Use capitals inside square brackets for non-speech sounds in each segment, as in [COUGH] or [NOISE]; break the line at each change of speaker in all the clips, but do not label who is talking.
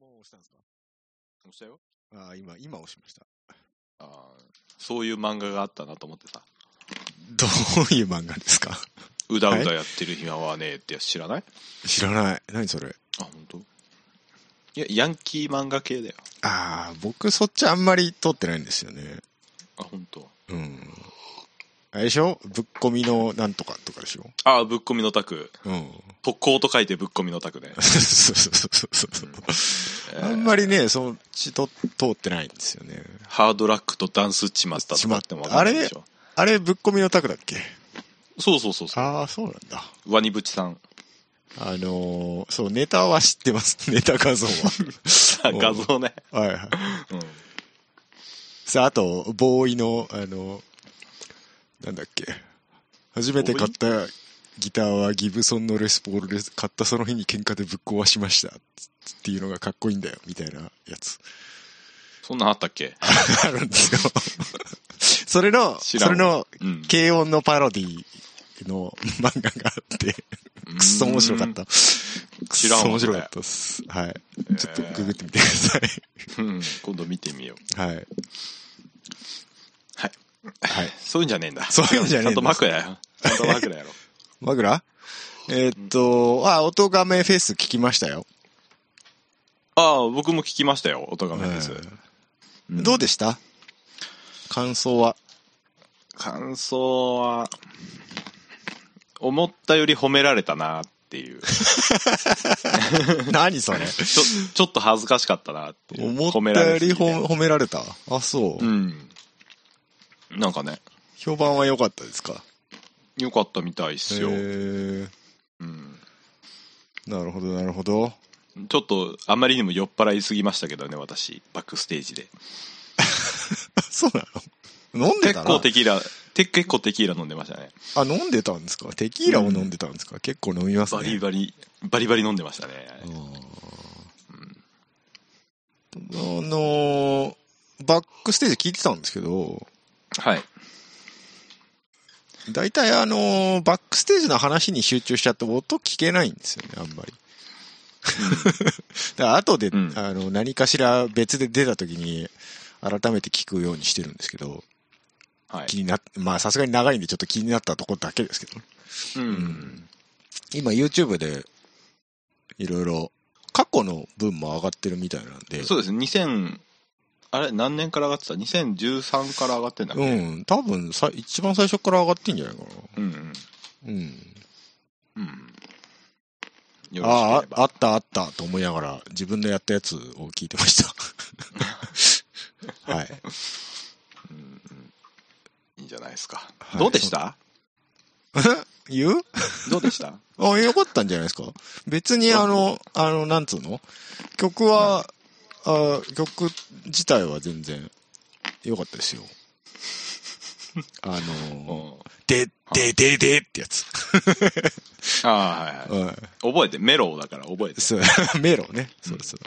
もう押したんですか
押したよ。
ああ、今、今押しました。 [LAUGHS]
あーそういう漫画があったなと思ってさ。
どういう漫画ですか
うだうだやってる暇はねえってやつ知らない
[LAUGHS] 知らない。何それ
あ、本当。いや、ヤンキー漫画系だよ。
ああ、僕そっちあんまり通ってないんですよね。
あ、本当。
うん。あれでしょぶっこみのなんとかとかでしょ
あ、ぶっこみのタク。
うん。
特攻と書いてぶっこみのタクね。
[LAUGHS] そうそうそうそうそう。
えー
[LAUGHS] あんまりね、そっちと通ってないんですよね。
ハードラックとダンスちまったとかってもわかんないでしょ。
あれ、ぶっこみのタクだっけ
そうそうそうそう。
ああ、そうなんだ。
ワニブチさん。
あのーそう、ネタは知ってます。 [LAUGHS] ネタ画像は。
あ画
[LAUGHS]
像ね。
はいはい。
うん。
さあ、あと、ボーイの、あの、なんだっけ。初めて買ったギターはギブソンのレスポールです。買ったその日に喧嘩でぶっ壊しました。っていうのがかっこいいんだよ、みたいなやつ。
そんなんあったっけ
あるんですよ。 [LAUGHS] それの、
知らん
それの、
うん。
軽音のパロディの漫画があって、くっそ面白かった。くっ
知らんわ
そ面白かったっす。はい。ちょっとググってみてください。
うん。今度見てみよう。 [LAUGHS]
はい。
はい。
はい。
そういうんじゃねえんだ。
そういうんじゃね
ちゃ
えんだ
んと枕や。ちゃんと枕やろ。
枕えーっと、あ、音ガメフェス聞きましたよ。
ああ、僕も聞きましたよ。音がめです。
うんどうでした感
[LAUGHS]
想は。
感想は、思ったより褒められたなっていう。ち
何それ
[LAUGHS] ょ、ちょっと恥ずかしかったなっていう。
思ったより
褒められ
褒
す
褒められた。あ、そう
ぎて。うん。なんかね、
評判は良かったですか
良かったみたいっすよ。
ー
うん。
なるほど、なるほど。 [LAUGHS]
ちょっと、あまりにも酔っ払いすぎましたけどね、私。バックステージで。
そうなの飲んで
結
た
構
な
テキーラ、て結構テキーラ飲んでましたね。
あ、飲んでたんですかテキーラを飲んでたんですか、結構飲みます
バリ
ね。
バリ、バリバリ飲んでましたね。
あーあのーバックステージ聞いてたんですけど、
はい。
大体あのーバックステージの話に集中しちゃって音聞けないんですよね、あんまり。だから [LAUGHS] 後で、
うん
あの、何かしら別で出た時に、改めて聞くようにしてるんですけど、
はい。
気になっ、まあさすがに長いんでちょっと気になったところだけですけどね、
うん。
今 YouTube で、いろいろ、過去の分も上がってるみたいなんで、
そうですね、2000、あれ、何年から上がってた ?2013 から上がってんだっけ
うん、多分さ、一番最初から上がってんじゃないかな。
うん。うん。う
うん。
ん。よろし
あ
ければ。
あ、あったあったと思いながら、自分のやったやつを聞いてま
[LAUGHS]
した。はい。
うんうんいいんじゃないですか。
はい
どうでした
言う
どうで
[LAUGHS]
した
あ、よかったんじゃないですか。別にあの、あの、なんつうの曲は、あ曲自体は全然良かったです
[LAUGHS]
よ。あ
う
の、
ん。
で、で、で、でってやつ。
ああ、はいはい。
はい
覚えて、メロウだから覚えて。
そう、 [LAUGHS] メロね。そうそう。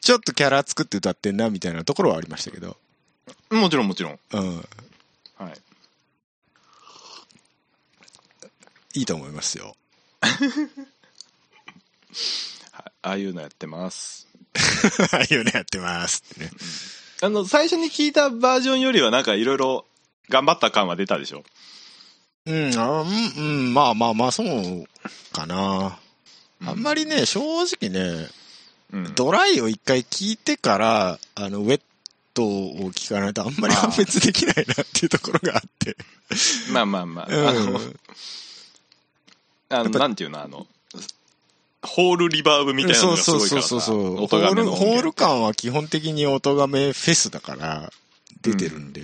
ちょっとキャラ作って歌ってんな、みたいなところはありましたけど。
もちろんもちろん。
うん。
はい。
いいと思いますよ。
はいああいうのやってます。
ああいうのやってますってね。
あの、最初に聞いたバージョンよりはなんかいろいろ頑張った感は出たでしょ
うん、あうん、うん、まあまあまあ、そうかな。あんまりね、正直ね、
うん。
ドライを一回聞いてから、あの、ウェットを聞かないとあんまり判別できないなっていうところがあって。
まあまあまあ。あ
うん
の、あの、なんていうの、あの、ホールリバーブみたいな
そ
の
う
がす
そう
ごいか
そう
らさ、
そうそう。ホ
音が
ー
め
ル、
の
ホール
か。
感は基本的に音がめフェスだから出てるんで、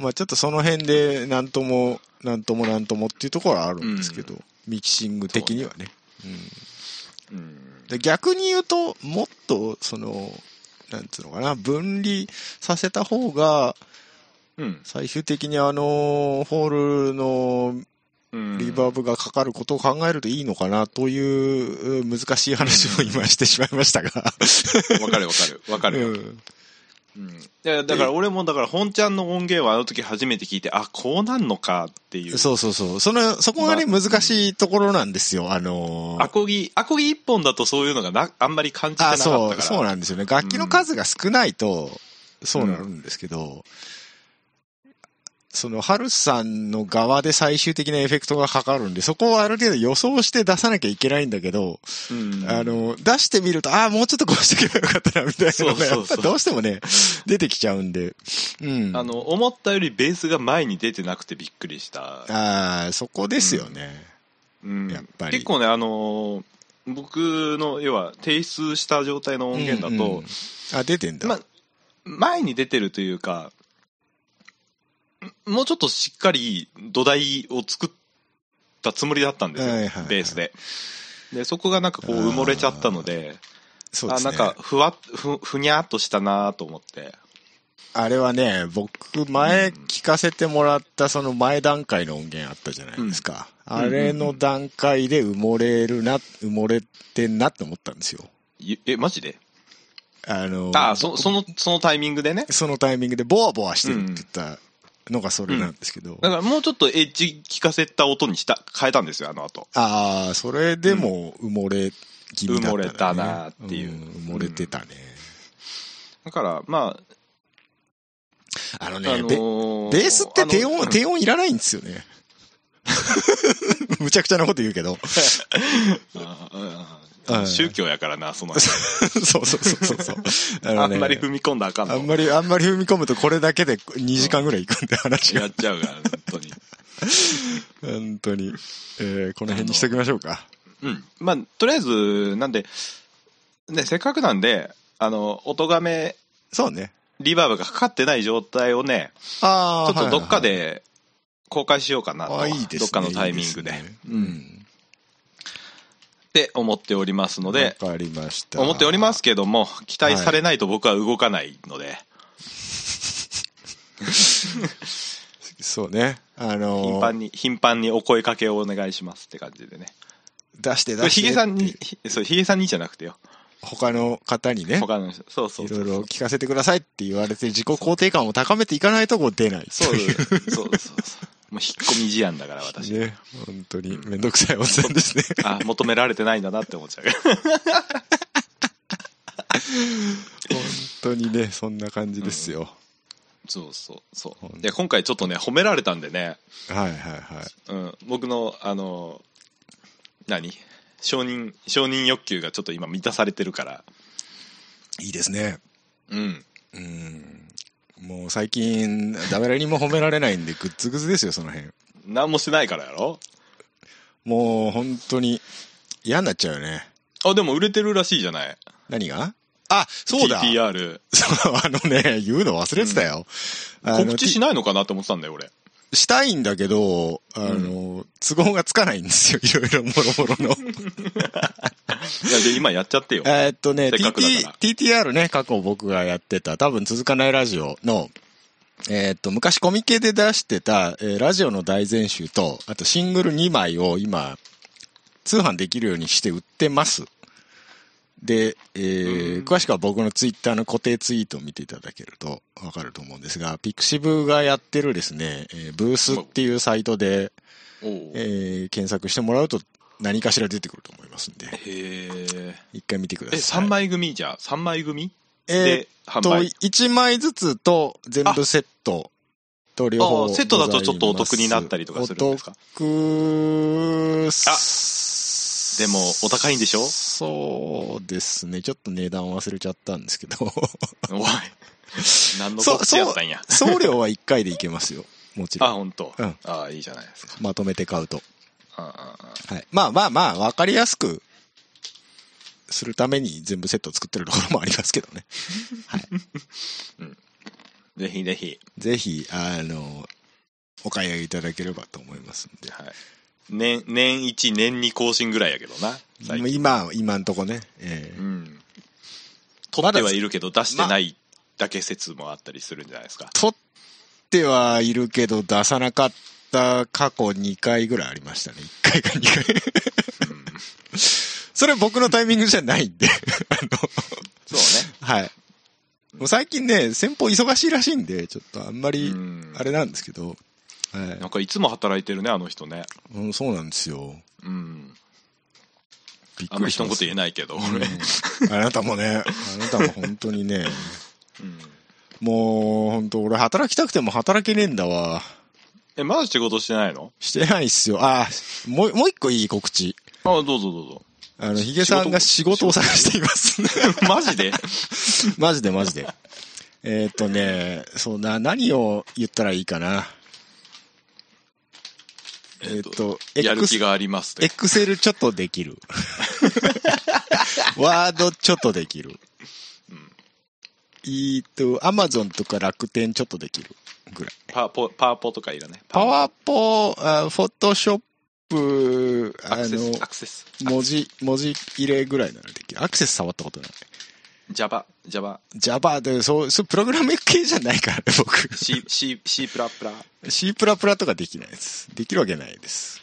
まあちょっとその辺でなんとも、なんともなんともっていうところはあるんですけど、ミキシング的にはね。うん
うん
で逆に言うと、もっと、その、なんつうのかな、分離させた方が、
うん。
最終的にあの、ホールの
うん。
リバーブがかかることを考えるといいのかな、といううん難しい話を今してしまいましたが。
わかるわかる。わか
う
る。
ん
うん、いやだから俺もだから本ちゃんの音源はあの時初めて聞いてあこうなんのかっていう
[LAUGHS] そうそうそう。その、そこがね、
ま
難しいところなんですよ。あのー
アコギアコギ一本だとそういうのがなあんまり感じてなか
あ、
ったから
そう、そうなんですよね。楽器の数が少ないと、そうなるんですけど、その、ハルさんの側で最終的なエフェクトがかかるんで、そこをある程度予想して出さなきゃいけないんだけど、
うん
あの、出してみると、ああ、もうちょっとこうしとけばよかったな、みたいな
そ
のが、
う
や
そう
っ
そ
ぱ
う
どうしてもね、出てきちゃうんで、うん。
あの思ったよりベースが前に出てなくてびっくりした、
あーそこですよね。
うん
やっぱり
結構ねあのー僕の要は提出した状態の音源だと、
うんうんあ、出てんだ。
ま前に出てるというかんもうちょっとしっかり土台を作ったつもりだったんですよ、
はいはいはい
ベースででそこがなんかこう
あー
埋もれちゃったので
そう
あ
ですね。
なんかふわっふふにゃっとしたなと思って
あれはね、僕、前聞かせてもらった、その前段階の音源あったじゃないですか。
ん
あれの段階で埋もれるな、埋もれてんなって思ったんですよ。
いえマジで
あの、
あーそそのそのタイミングでね
そのタイミングでボワボワしてるって言ったのがそれなんですけど。
だからもうちょっとエッジ聞かせた音にした変えたんですよあの後
ああ、それでも埋もれ気味だった、ね
埋もれたなっていうん
埋もれてたね。
だからまあ
あの
あ
ね、
の
ベ
ー
ベースって低
あ
音、
の
低音いらないんですよね。 [LAUGHS] むちゃくちゃなこと言うけど。
ああ
う
あ
ん
あ宗教やからなその
[LAUGHS] そうそうそう
[LAUGHS]
そうそう。
あ
のね
んまり踏み込んだらあかんの
あんまり、あんまり踏み込むとこれだけで2時間ぐらいいくんで話が。
やっちゃうから本当 [LAUGHS] に
本当に。えーこの辺にしときましょうか。
うんまあとりあえずなんでねせっかくなんであの音がめ
そうね。
リバーブがかかってない状態をねち
あ
ょ
あ。
っとどっか
はい
で公開しようかなと、
はいはい。あいいですね。
どっかのタイミングで
いいすね
うんって思っておりますの
うん。
で
わかりました。
思っておりますけども期待されないと僕は動かないので、
そうね。あ
頻
のー
繁に頻繁にお声かけをお願いしますって感じでね
出して
これ
出して。
ヒゲさんに。ひそうヒゲさんにじゃなくてよ
他の方にね。
他の人そうそう
い
そ
ろ
う
いろ聞かせてくださいって言われて自己肯定感を高めていかないとこう出ない。
そうそうそうそうもう引っ込み思案だから私
ね。本当にめんどくさいおっさんですね。
あ求められてないんだなって思っちゃう
本当にね、そんな感じですよ。
[LAUGHS] そうそうそ
ほん
うで今回ちょっとね褒められたんでね、
はいはいはい。
うん、僕のあの何承認承認欲求がちょっと今満たされてるから
いいですね。
うん
うん。もう最近、誰にも褒められないんで、グッズグズですよ、その辺。
何もしてないからやろ
もう本当に嫌になっちゃうよね。
あでも売れてるらしいじゃない
何があ、そうだ
TPR
そう、あのね、言うの忘れてたよ。あの
告知しないのかなって思ってたんだよ俺
したいんだけど、あの、都合がつかないんですよ、いろいろもろもろの。
いやで今やっちゃってよ
えーっとね、
せっかくだから
TT TTR ね、過去僕がやってた、多分続かないラジオの、えーっと、昔コミケで出してた、えーラジオの大全集と、あとシングル2枚を今、通販できるようにして売ってます。で、えー
うん
詳しくは僕のツイッターの固定ツイートを見ていただけるとわかると思うんですが、ピクシブがやってるですね、えーブースっていうサイトで、
おうへ
えー検索してもらうと何かしら出てくると思いますんで、
え
一回見てくだ
え
さい。
3枚組じゃ3枚組
えー
で販
と、
売
1枚ずつと全部セットと両
あ
方。
ーセットだとちょっとお得になったりとかするんですか
お得
あで
で
もお高いんでしょ
そうですね。ちょっと値段忘れちゃったんです
[LAUGHS]
けど。
おい [LAUGHS] 何の告知やったんや
送料は1回でいけますよ。もちろ
あ
ん。
本当。
うん
ああいいじゃないですか
まとめて買うと。
ああああ
はい。まあまあまあ、わかりやすくするために全部セット作ってるところもありますけどね。
ぜひぜひ、
ぜひ、あの、お買い上げいただければと思いますんで。
はい、年年1年2更新ぐらいやけどな最近
今、今んとこね。ええ
うん取ってはいるけど出してないだけ説もあったりするんじゃない [LAUGHS] ですか、
取ってはいるけど出さなかった過去2回ぐらいありましたね。1回か2回。 [LAUGHS]
うん
それ僕のタイミングじゃないんで。あの、
そうね
[LAUGHS] はい。もう最近ね、先方忙しいらしいんで、ちょっとあんま
う
り、
ん
あれなんですけど、はい
なんかいつも働いてるねあの人ね
うん、そうなんですよ。
うん
びっ
あ
く
んま
りし
人の
ま
こと
す。
言えないけど俺
うんあなたもね、あなたも本当にね、
うん
もう、本当俺働きたくても働けねえんだわ。
えまだ仕事してないの
してないっすよ。あ、もう、もう一個いい告知。
あどうぞどうぞ
あの、ヒゲさんが仕事を探しています。
[LAUGHS] マジで
マジでマジで。えーっとね、そうな、何を言ったらいいかな。え
えっ
ー
と
っと、
やる気
X、
がありますと
Excel ちょっとできる。 [LAUGHS] ワードちょっとできる。
うん
えーっと、Amazon とか楽天ちょっとできるぐらい。
パワポパワポとかいらね
パワーポー、フォトショップ、
ア
あ
クセスア
の、
クセス
文字、文字入れぐらいならできる。アクセス触ったことない。
Java Java
Java で、そう、そう、プログラム系じゃないからね、 [LAUGHS] 僕。
C, C, C プラプラ
C プラプラとかできないです。できるわけないです。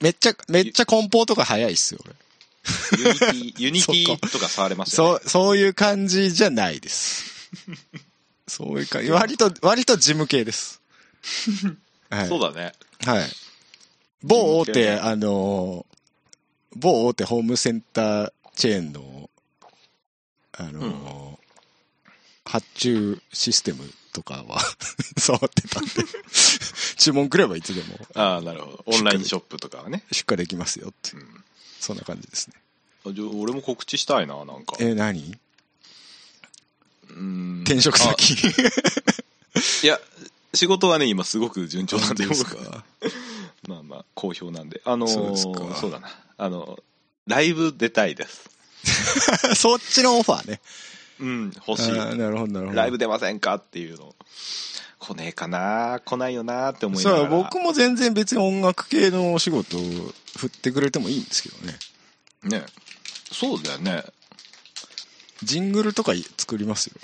めっちゃ、めっちゃ梱包とか早いっすよ、俺。
ユニティユニテ
そっ
ィとか触れますよ、ね、
そう、そういう感じじゃないです。そういうか、割と、割と事務系です。はい。
そうだね
はい。某
事務
大
系
手、あのー、某大手ホームセンターチェーンの、あのー
うん
発注システムとかは [LAUGHS] 触ってたんで、 [LAUGHS] 注文くればいつでも
ああなるほどオンラインショップとかはね
出荷できますよって、
ん
そんな感じですね。
あじゃあ俺も告知したいななんか
えー、何
うん
転職
あ
先。
いや仕事はね今すごく順調
[LAUGHS]
なんで
です
僕
か。
まあまあ好評なんであのー
そう
そ
です
う
か
だなあのライブ出たいです
[LAUGHS] そっちのオファーね。
うん
あ
欲しい
ーなるほど、なるほど。
ライブ出ませんかっていうの来ねえかな来ないよなって思いな
そ
がら
う、僕も全然別に音楽系のお仕事を振ってくれてもいいんですけどね。
ねそうだよね
ジングルとか作りますよ。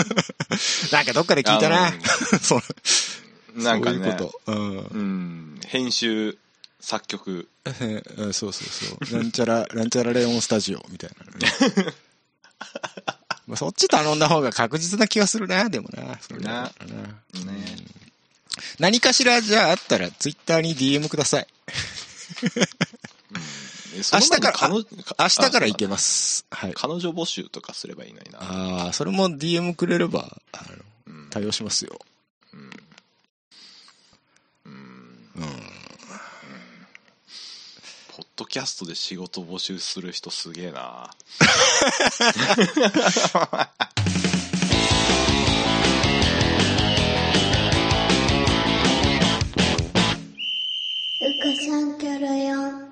[LAUGHS] なんかどっかで聞いた
あ
な。
の
[LAUGHS] そう
なんか
そうい
ね
うこと。うん
うん編集作曲
えー。 [LAUGHS] そうそうそう。なんちゃら、なんちゃらレオンスタジオみたいなのね。 [LAUGHS] まあそっち頼んだ方が確実な気がするな、でもな。それだったらな
ね
何かしらじゃああったら、ツイッターに DM ください。
えその前に
明日から
彼女
明日から行け
あ
ます。はい。
彼女募集とかすればいいのにな
ああ、それも DM くれれば、あの、
うん
対応しますよ。
うんうん
うん。
ポッドキャストで仕事募集する人すげえな
うかさんキョロよん。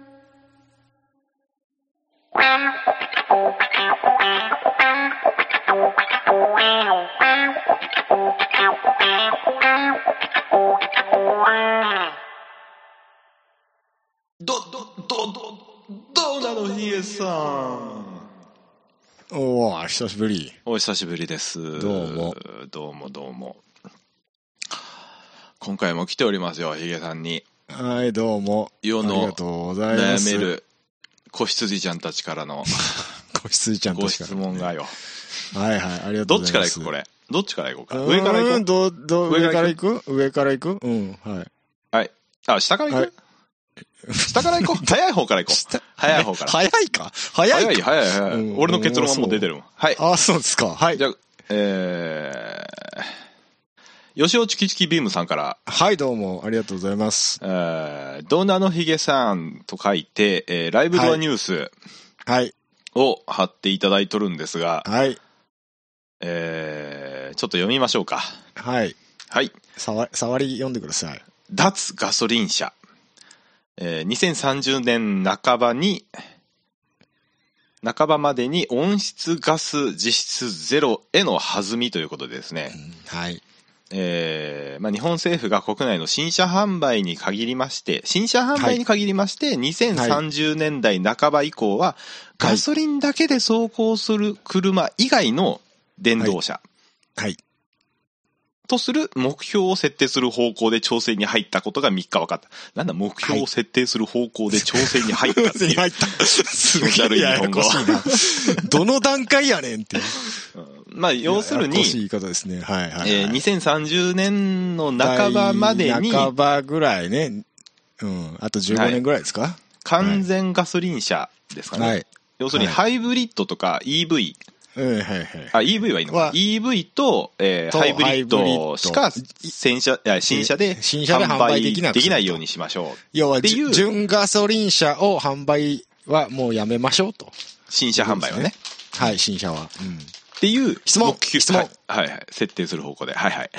ど、ど、ど、ど、どうなのヒエさん
おー、久しぶり。
お久しぶりです。
どうも。
どうもどうも。今回も来ておりますよ、ヒゲさんに。
はい、どうも。
世
あり
の
がとうございま
悩
す。
める子羊ちゃんたちからの
ご質ちゃん
ご
確かに
質問がよ。
はいはい、ありが
ど
とう
っ
ご
ち
ざ
か
い
ら
ま
行
す。
くこれ。どっちから行こうか。
うーん。
上から行こ
ど、ど、
上
上
か
からら
行
行く上から行くうん、はい。
う。あ、下から行
はい
く下から行こ
[LAUGHS]
う。早い方から行こう。
下
早い方から。
早いか早い
早
か
い、早い、早
う
い。
ん
俺の結論はもう出てるもん。はい。
ああ、そうですか。はい
じ。ゃあ、えー、吉尾チキチキビームさんから
はい、どうも、ありがとうございます。
えードナのヒゲさんと書いて、えーライブドアニュース
はい、
を貼っていただいとるんですが、
はい、
えーちょっと読みましょうか。
はい。
はい。
触触り読んでください。
脱ガソリン車。えー2030年半ばに、半ばまでに温室ガス実質ゼロへの弾みということでですね。
うんはい。
えーまあ、日本政府が国内の新車販売に限りまして、新車販売に限りまして、2030年代半ば以降は、
はい
ガソリンだけで走行する車以外の電動車 [LAUGHS]
はい。
とする目標を設定する方向で調整に入ったことが3日分かった。なんだ、目標を設定する方向で調整に入ったっ
[LAUGHS]
ていう。
入った。す
気持ち悪い
ややこしいな。どの段階やねんっていう。
うんまあ、要する
や
に
やこ、しい言い方ですね。はいはい、はい。
えー2030年の半ばまでに
半ばぐらいね。うん。あと15年ぐらいですか、
完全ガソリン車ですかね、
はい。
要するに
はい
ハイブリッドとか EV、
うん、はいはい。
あ EV はいいのか
は
EV と,、えー
と
ハイブリッ
ハイブリッ
ド
ド
しか新車いや新車で
新車で販売できなくすると
できないようにしましょう
要は、
っていう
じゅ純ガソリン車を販売はもうやめましょうと。
新車販売はね
ですはい、新車は。うん。
っていう
質問
目標
質問
はいはいはい設定する方向ではいはい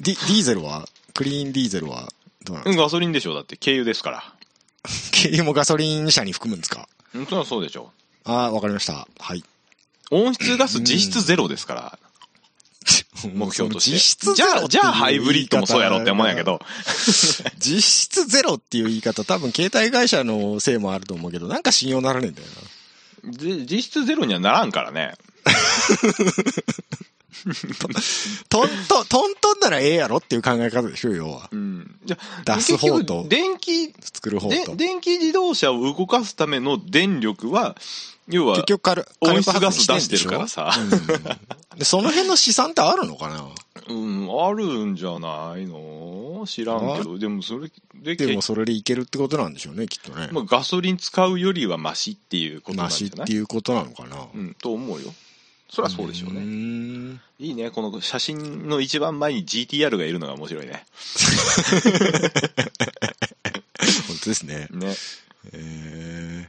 ディディーゼルはクリーンディーゼルはどうなん
う
で
んガソリンでしょだって軽油ですから
すか軽油もガソリン車に含むんですか
うんそりゃそうでしょ
ああ、わかりました。はい。
温室ガス実質ゼロですから、 [LAUGHS] 目標として
実質
じ
ゼ
ゃ
ロってい
あ
う
じゃあハイブリッドもそうやろって思うんやけど
実質ゼロっていう言い方、多分携帯会社のせいもあると思うけど、なんか信用ならねえんだよ
じ実質ゼロにはならんからね
な。トントン、トントンならええやろっていう考え方でしょ、要は。
うんじゃあ
出す方
結
と
局、電気
作る方
で
と。
電気自動車を動かすための電力は要は
結局カル、
温室
火力
ガ
発電
ス出
してんで
してるから
し
さ、
ょで、その辺の試算ってあるのかな
うん、あるんじゃないの知らんけどでもそれで
でも
結
それでいけるってことなんでしょうね、きっとね。
まあ、ガソリン使うよりはマシっていうことなん
な
じ
し
ゃな
っ
い
ていうことなのかな。
うん、と思うよそりゃそうでしょうね
ね。
いいねこの写真の一番前に GTR がいるのが面白いね
本当ですね。
ね
えー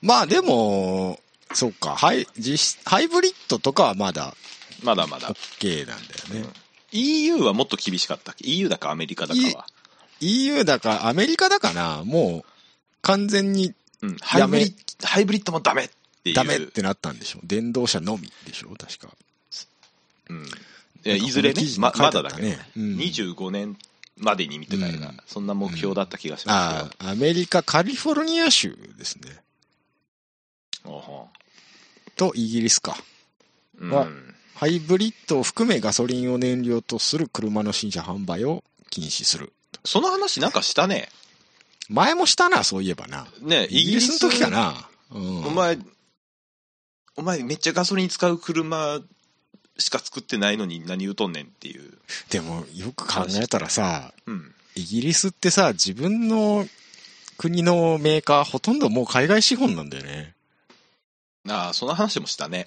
まあでも、そうか、ハイ、実質ハイブリッドとかはまだ
まだまだ
OK なんだよね。
EU はもっと厳しかったっけ EU だかアメリカだかは、
EU だか、アメリカだかな、もう完全に
うん、ハイブリ
や
ッハイブリッドもダメっていう
ダメってなったんでしょ。電動車のみでしょ、確か。
うん、いやいずれね
な
ま
んかこの記
まだだけ
事に書いてあったね
ど、
うん
25年までにみたいな、
うん
そんな目標だった気がしますけど
あ、あ、アメリカ、カリフォルニア州ですね。
おうほ
とイギリスか。
うう
あ
ん
ハイブリッドを含めガソリンを燃料とする車の新車販売を禁止する。
その話なんかしたね
前もしたな、そういえばな。
ねイ
イギ
ギ
リ
リ
ス
ス
の時かな。うん
お前お前めっちゃガソリン使う車しか作ってないのに何言うとんねんっていう、
でもよく考えたらさ、
うん、
イギリスってさ、自分の国のメーカーほとんどもう海外資本なんだよね。
ああその話もしたね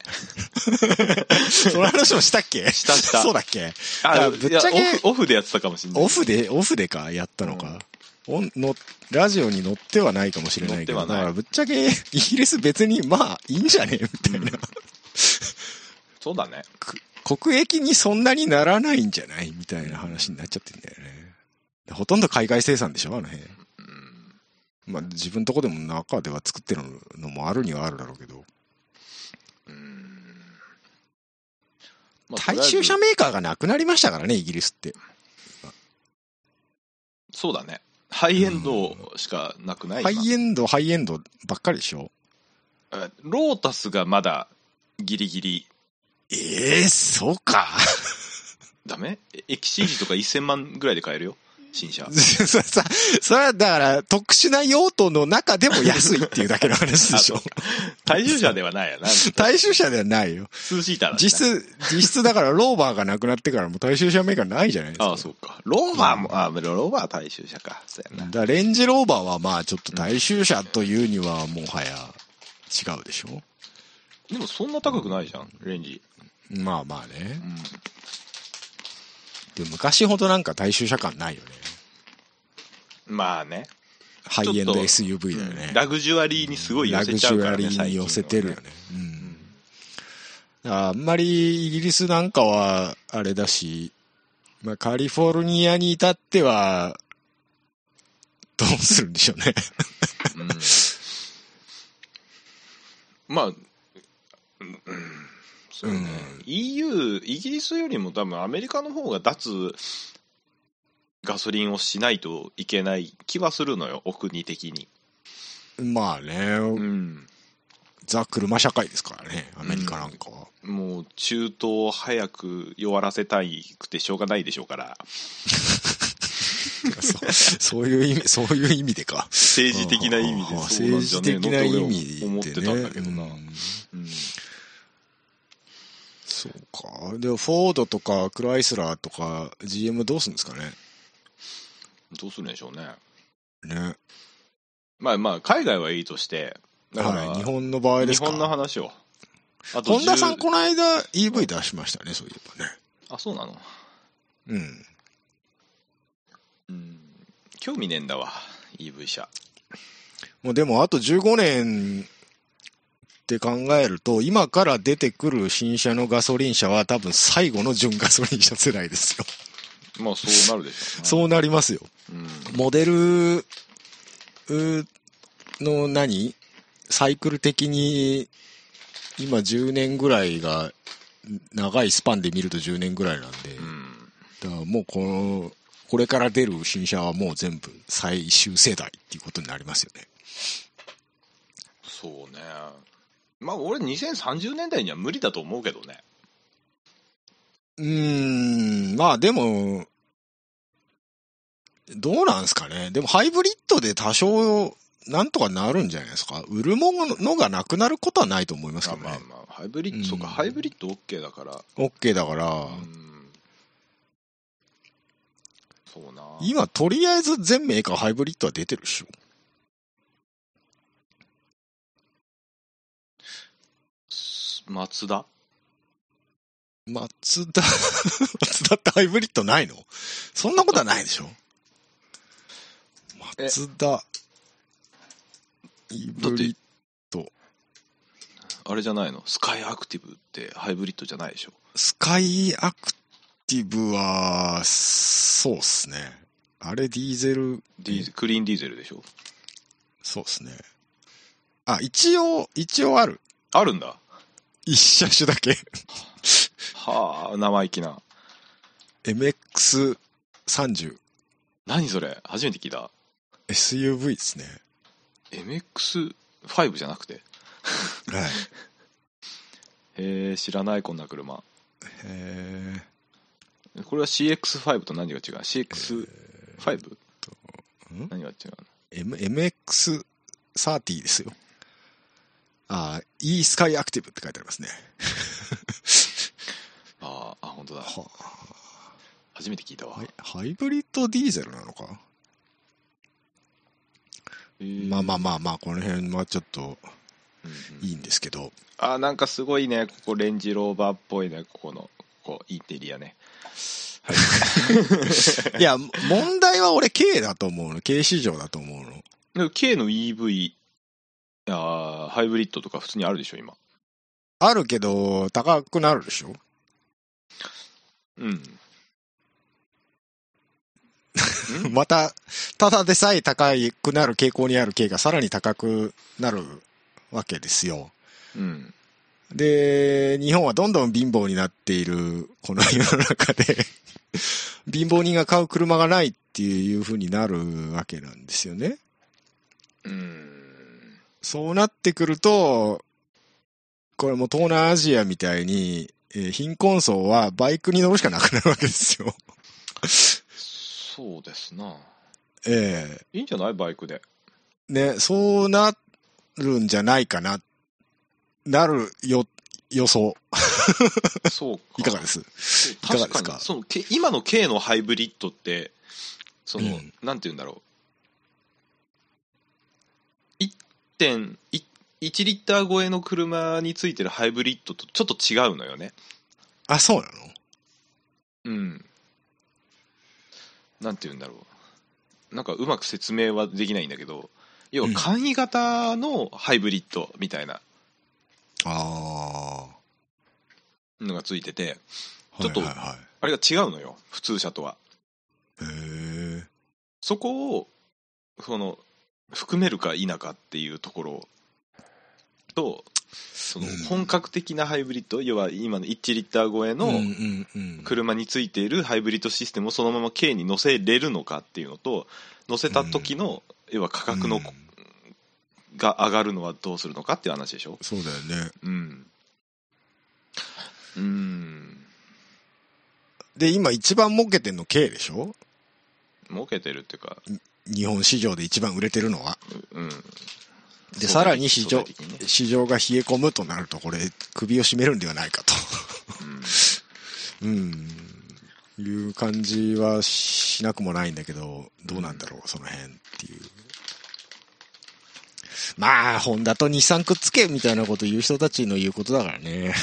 その話もしたっけ
したした
[LAUGHS] そうだっけいや
あ
ぶっちゃけ
いやオフオフでやってたかもしれない
オフで、オフでか、やったのか。オンのラジオに乗ってはないかもしれないけど、
乗
だ
ってはない
からぶっちゃけ、 [LAUGHS] イギリス別に、まあ、いいんじゃねえみたいな。
そうだね
国益にそんなにならないんじゃないみたいな話になっちゃってんだよね。でほとんど海外生産でしょあの辺。
うん
まあ、自分とこでも中では作ってるのもあるにはあるだろうけど。
うんまあ
大衆車メーカーがなくなりましたからね、イギリスって。
そうだね。ハイエンドしかなくない、
ハイエンド、ハイエンドばっかりでしょ
えロータスがまだギリギリ
ええそうか。
ダメえエキシージとか1000万ぐらいで買えるよ。新車。
そそそれはだから、特殊な用途の中でも安いっていうだけの話でしょ
あ。大衆車ではないや
[LAUGHS]
な。
大衆車ではないよ。
ツーシーターだしな
実質、実質だからローバーがなくなってからもう大衆車メーカーないじゃないですか。
ああ、そうか。ローバーも、ああ、ローバーは大衆車か。そうや
だ
な。
からレンジローバーはまあちょっと大衆車というにはもはや違うでしょ
でもそんな高くないじゃん、レンジ。
まあまあね
う。ん。
でも昔ほどなんか大衆車感ないよね。
まあね。
ハイエンド
ちょっと
SUV だよね。
ラグジュアリーにすごい寄せちゃうからね、
ラグジュアリーに寄せてるよね
最。
う
近の
ん
ね。
だからあんまりイギリスなんかはあれだし、まあ、カリフォルニアに至っては、どうするんでしょ
[LAUGHS]
うね。
うんまあ、うんうんそうね、
うん
EU、イギリスよりも多分アメリカの方が脱ガソリンをしないといけない気はするのよ、お国的に。
まあね、
うん、
ザ・車社会ですからね、アメリカなんかは。
もう中東を早く弱らせたいくてしょうがないでしょうから、
そう [LAUGHS] そういう意味、そういう意味でか。
政治的な意味
あ
で
あ
そうなん
政
じゃ
治
ねえの
的な意味で、
と
ね、
俺は思ってたんだけどな。
うん
うん
そうか。でも、フォードとか、クライスラーとか、GM どうすんですかね。
どうするんでしょうね。
ね。
まあまあ、海外はいいとして、だから、
はい。日本の場合で
日
すか。
本の話を。あ
本田さん、
10
この間 EV 出しましたね、そういえばね。
あ、そうなの。
うん。
うん。興味ねえんだわ、EV 車。
もうでも、あと15年って考えると、今から出てくる新車のガソリン車は、多分最後の純ガソリン車世代ですよ。
まあ、そうなるでしょう、ね。
そうなりますよ。
うん。
モデルうーの何サイクル的に今10年ぐらいが長いスパンで見ると10年ぐらいなんで、
うん。
だからもうこのこれから出る新車はもう全部最終世代っていうことになりますよね。
そうね。まあ、俺、2030年代には無理だと思うけどね。
うーん、まあでも、どうなんですかね。でもハイブリッドで多少なんとかなるんじゃないですか。売るものがなくなることはないと思いますけ
あ
どね。
まあまあ、ハイブリッド、
うん
そうか、ハイブリッド OK だから。
OK だから
う、ん。そうな。
今とりあえず全メーカーハイブリッドは出てるっしょ。
マツダ
マツ [LAUGHS] ダ、マツダってハイブリッドないのそんなことはないでしょ。マツダ、ハイブリッ
あれじゃないのスカイアクティブってハイブリッドじゃないでしょ
ド、スカイアクティブは、そうっすね。あれディーゼル、
ディーゼクリーンディーゼルでしょ
そうっすね。あ、一応、一応ある。
あるんだ
一車種だけ。
はあ生意気な
MX30、
何それ初めて聞いた
SUV ですね。
MX5 じゃなくて
はい。
へえ知らないこんな車
えー
これは CX5 と何が違う CX5?
ん
何が違うの
M、MX30 ですよ。ああ、e スカイアクティブって書いてありますね。
あーあ本当だ
は
初めて聞いたわ、
あ、ハイブリッドディーゼルなのか、
へー
まあまあまあまあ、この辺はちょっと
うんうん
いいんですけ [LAUGHS] ど。
あーなんかすごいねここレンジローバーっぽいねここのここインテリアね
いや、問題は俺 K だと思うの。K 市場だと思うの。
でも K の EV あーハイブリッドとか普通にあるでしょ今
あるけど、高くなるでしょ [LAUGHS]
うん
また、ただでさえ高くなる傾向にある K がさらに高くなるわけですよ。
うん
で、日本はどんどん貧乏になっている、この世の中で、 [LAUGHS] 貧乏人が買う車がないっていう風になるわけなんですよね。
うん
そうなってくると、これもう東南アジアみたいに、えー貧困層はバイクに乗るしかなくなるわけですよ。 [LAUGHS]
そうですな
え
いいんじゃないバイクで
えね、そうなるんじゃないかな、なるよ、予想。
そうか
いかがですいかが
確
で
か
す
に
か
そのけ今の K のハイブリッドってその、
うん
なんて言うんだろう1.1リッター超えの車についてるハイブリッドとちょっと違うのよね
あ、そうなの
うんなんて言うんだろうなんかうまく説明はできないんだけど要は
うん
簡易型のハイブリッドみたいな
あ
のがついてて、
あ。
ちょっと
はいはいはい
あれが違うのよ普通車とは
へえ。
そこをその含めるか否かっていうところとその
うん
本格的なハイブリッド、要は今の1リッター超え
うんう
の
んうん
車についているハイブリッドシステムをそのまま K に乗せれるのかっていうのと乗せた時の、要は価格の、
うん
が上がるのはどうするのかっていう話でしょ
そうだよね
うんうん
で今一番儲けてんの K でしょ
儲けてるっていうか
日本市場で一番売れてるのは
うん
でさらに市
相
場
対的にね
市場が冷え込むとなるとこれ首を絞めるんではないかと [LAUGHS]
うん
うん、いう感じはしなくもないんだけど、どうなんだろう、その辺っていう。まあ、ホンダと日産くっつけみたいなこと言う人たちの言うことだから [LAUGHS] ね。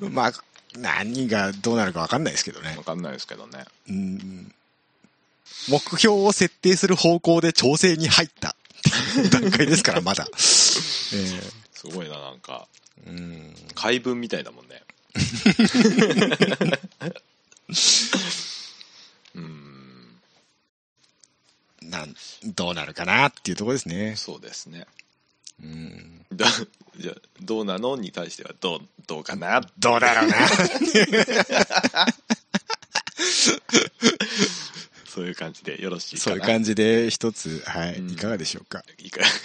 まあ、何がどうなるかわかんないですけどね
わ。かんないですけどね。
うん目標を設定する方向で調整に入った [LAUGHS] っていう段階ですから、まだ。
すごいな、なんか、
ええうん
怪文みたいだもん
[LAUGHS]
ね。うん、
なんどうなるかなっていうところですね。
そうですね。
うん、
だじゃあどうなのに対してはどうどうかな
どうだろうな。
そういう感じでよろしいか
[LAUGHS] そう
な
いう感じで一つ、はい、
うん
いかがでしょうか。
いいか [LAUGHS]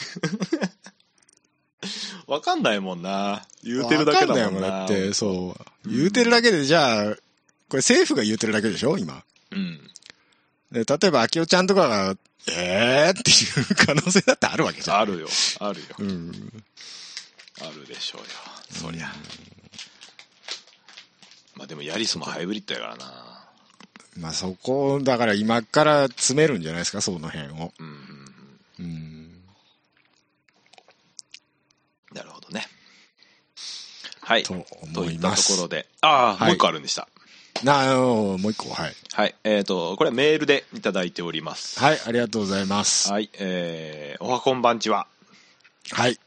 わかんないもんな言うてるだけだもんな
わかんないもんだって、そう。
うん
言うてるだけで、じゃあ、これ政府が言うてるだけでしょ、今。
うん
で例えば、秋夫ちゃんとかが、えーっていう可能性だってあるわけじゃん。
あるよあるよ
うん。
あるでしょうよそりゃまあでもヤリスもハイブリッドやからな
まあそこ、だから今から詰めるんじゃないですか、その辺を。
うんうん
う
う
ん。
んなるほどねはい
と
と
思
い
い
った
ま
ところ
す。
でああ、
はい
もう一個あるんでした
なあのもう一個、はい。
はいえっ、とこれはメールでいただいております
はい、ありがとうございます。
はい、えー、おはこんばんちは
はい。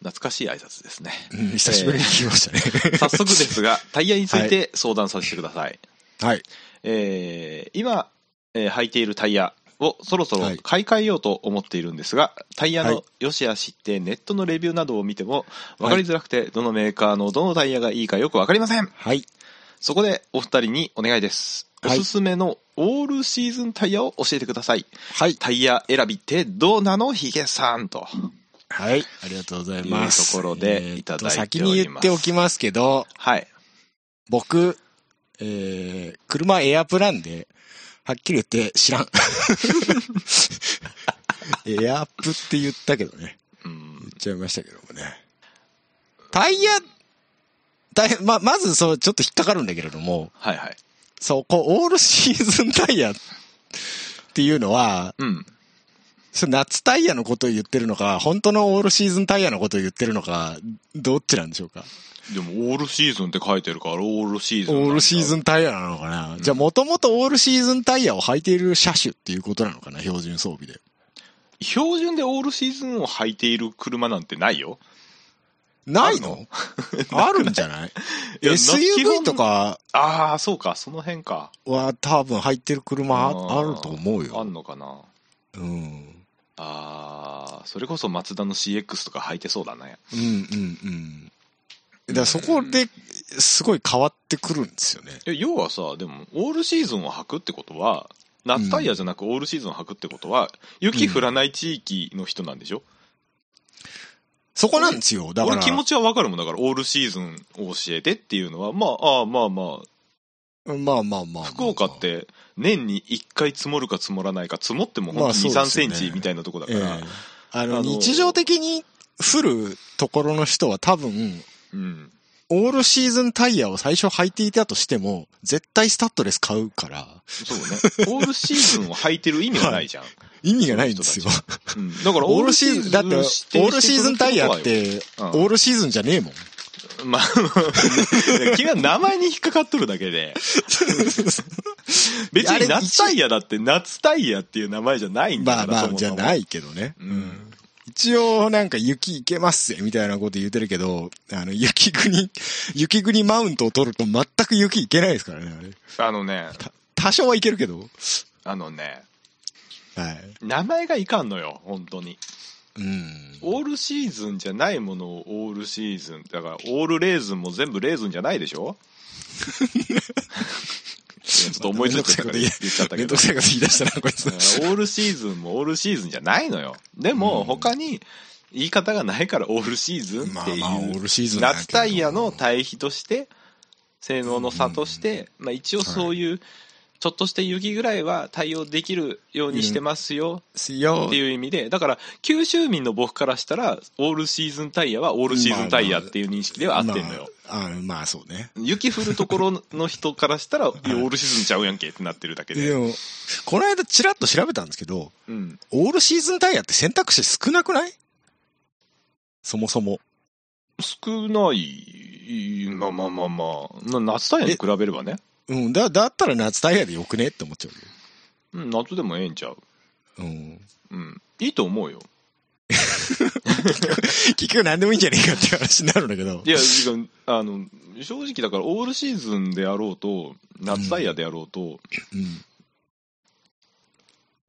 懐かしい挨拶です
[LAUGHS]
ね
うん久しぶりに聞きましたね。
[LAUGHS] 早速ですがタイヤについて相談させてください、
はい。
えー今、えー履いているタイヤをそろそろ
はい
買い替えようと思っているんですが、タイヤ
は
の
い
良し悪しってネットのレビューなどを見ても分かりづらくて、どのメーカーのどのタイヤがいいかよく分かりません
はい。
そこでお二人にお願いですお
はい
すすめのオールシーズンタイヤを教えてください
はい。
タイヤ選びってどうなのヒゲさんと
はい。ありがとうございます。
いうところでいただいております
えーと先に言っておきますけど、
はい
僕、えー、車エアプランで、はっきり言って
[LAUGHS]
知らん。エアプって言ったけどね。
うん
言っちゃいましたけどもね。タイヤ、大変、ま、まずそう、ちょっと引っかかるんだけれども、
はいはい
そう、こう、オールシーズンタイヤっていうのは、
うん
それ夏タイヤのことを言ってるのか、本当のオールシーズンタイヤのことを言ってるのか、どっちなんでしょうか。
でもオールシーズンって書いてるからオールシー
オ
ズン
ールシーズ
ン
ンタイヤなのかな、じゃあ、もともとオールシーズンタイヤを履いている車種っていうことなのかな標準装備で。
標準でオールシーズンを履いている車なんてないよ
ないの [LAUGHS] あるんじゃない
いやな
?SUV とか
ああ、そうか、その辺か。
は多分履いてる車ああると思う
あ
よ。
んのかな。
うん。
ああ、それこそマツダの CX とか履いてそうだね。
うんうんうん。だからそこですごい変わってくるんですよね。
え要はさ、でも、オールシーズンを履くってことは、夏タイヤじゃなくオールシーズンを履くってことは、雪降らない地域の人なんでしょ、
そこなんですよ。だから。
俺気持ちはわかるもんだから、オールシーズンを教えてっていうのは、まあ、ああまあま
まあまあまあまあ
あ、福岡っ、て年に1回積もるか積もらないか、積もってもほん
ま
と
あそう
2、
ですよ
3
ね
センチみたいなとこだか
ええ
ら、
あ
あ
の、
の
日常的に降るところの人は多分、
うん。
オールシーズンタイヤを最初履いていたとしても、絶対スタッドレス買うから、
そうね。オールシーズンを履いてる意味は
[LAUGHS]
ないじゃん。
意味がないんですよ。
うんだから
オールシーズン、だって、オールシーズンタイヤっ、
指定してくる
て、
うん
オールシーズンじゃねえもん。
ことはよまあ、 [LAUGHS] 君は名前に引っかかっとるだけ
[LAUGHS]
で、別
あれ
に夏タイヤだって夏タイヤっていう名前じゃないんだ
ま
か
あ
ら。
まあ、じゃないいけどね。
うん
うん一応、なんか雪いけますぜ、みたいなこと言ってるけど、あの、雪国、 [LAUGHS] 雪国マウントを取ると全く雪いけないですからね、あれ。
あのね、
多少はいけるけど。
あのね、
はい。
名前がいかんのよ、本当に。
うん。
オールシーズンじゃないものをオールシーズン。だから、オールレーズンも全部レーズンじゃないでし
[LAUGHS]
ょいやちょっと思いついたから言っちゃった
め
け
んど
ど
く。さいこと言い出したな、
[LAUGHS]
こいつ。
オールシーズンもオールシーズンじゃないのよ。でも、
うん
他に言い方がないからオールシーズンっていう、
まあまあ、オールシーズンだけど
夏タイヤの対比として、性能の差として、まあ一応そういうちょっとして雪ぐらいは対応できるようにしてますよ
すよ
っていう意味でだから九州民の僕からしたらオールシーズンタイヤはオールシーズンタイヤっていう認識では合ってんのよ、
まあ、あまあそうね
雪降るところの人からしたらいやオールシーズンちゃうやんけってなってるだけ
で
で、
もこの間ちらっと調べたんですけど
うん、
オールシーズンタイヤって選択肢少なくないそもそも
少ないまあまあまあまあな夏タイヤに比べればね
うんだだったら夏タイヤでよくねって思っちゃ
うん夏でもええんちゃう
うようん [LAUGHS]
うんいいと思うよ
結局何でもいいんじゃねえかっていう話になるんだけど
いや違うあの正直だからオールシーズンであろうと夏タイヤであろうと、
うん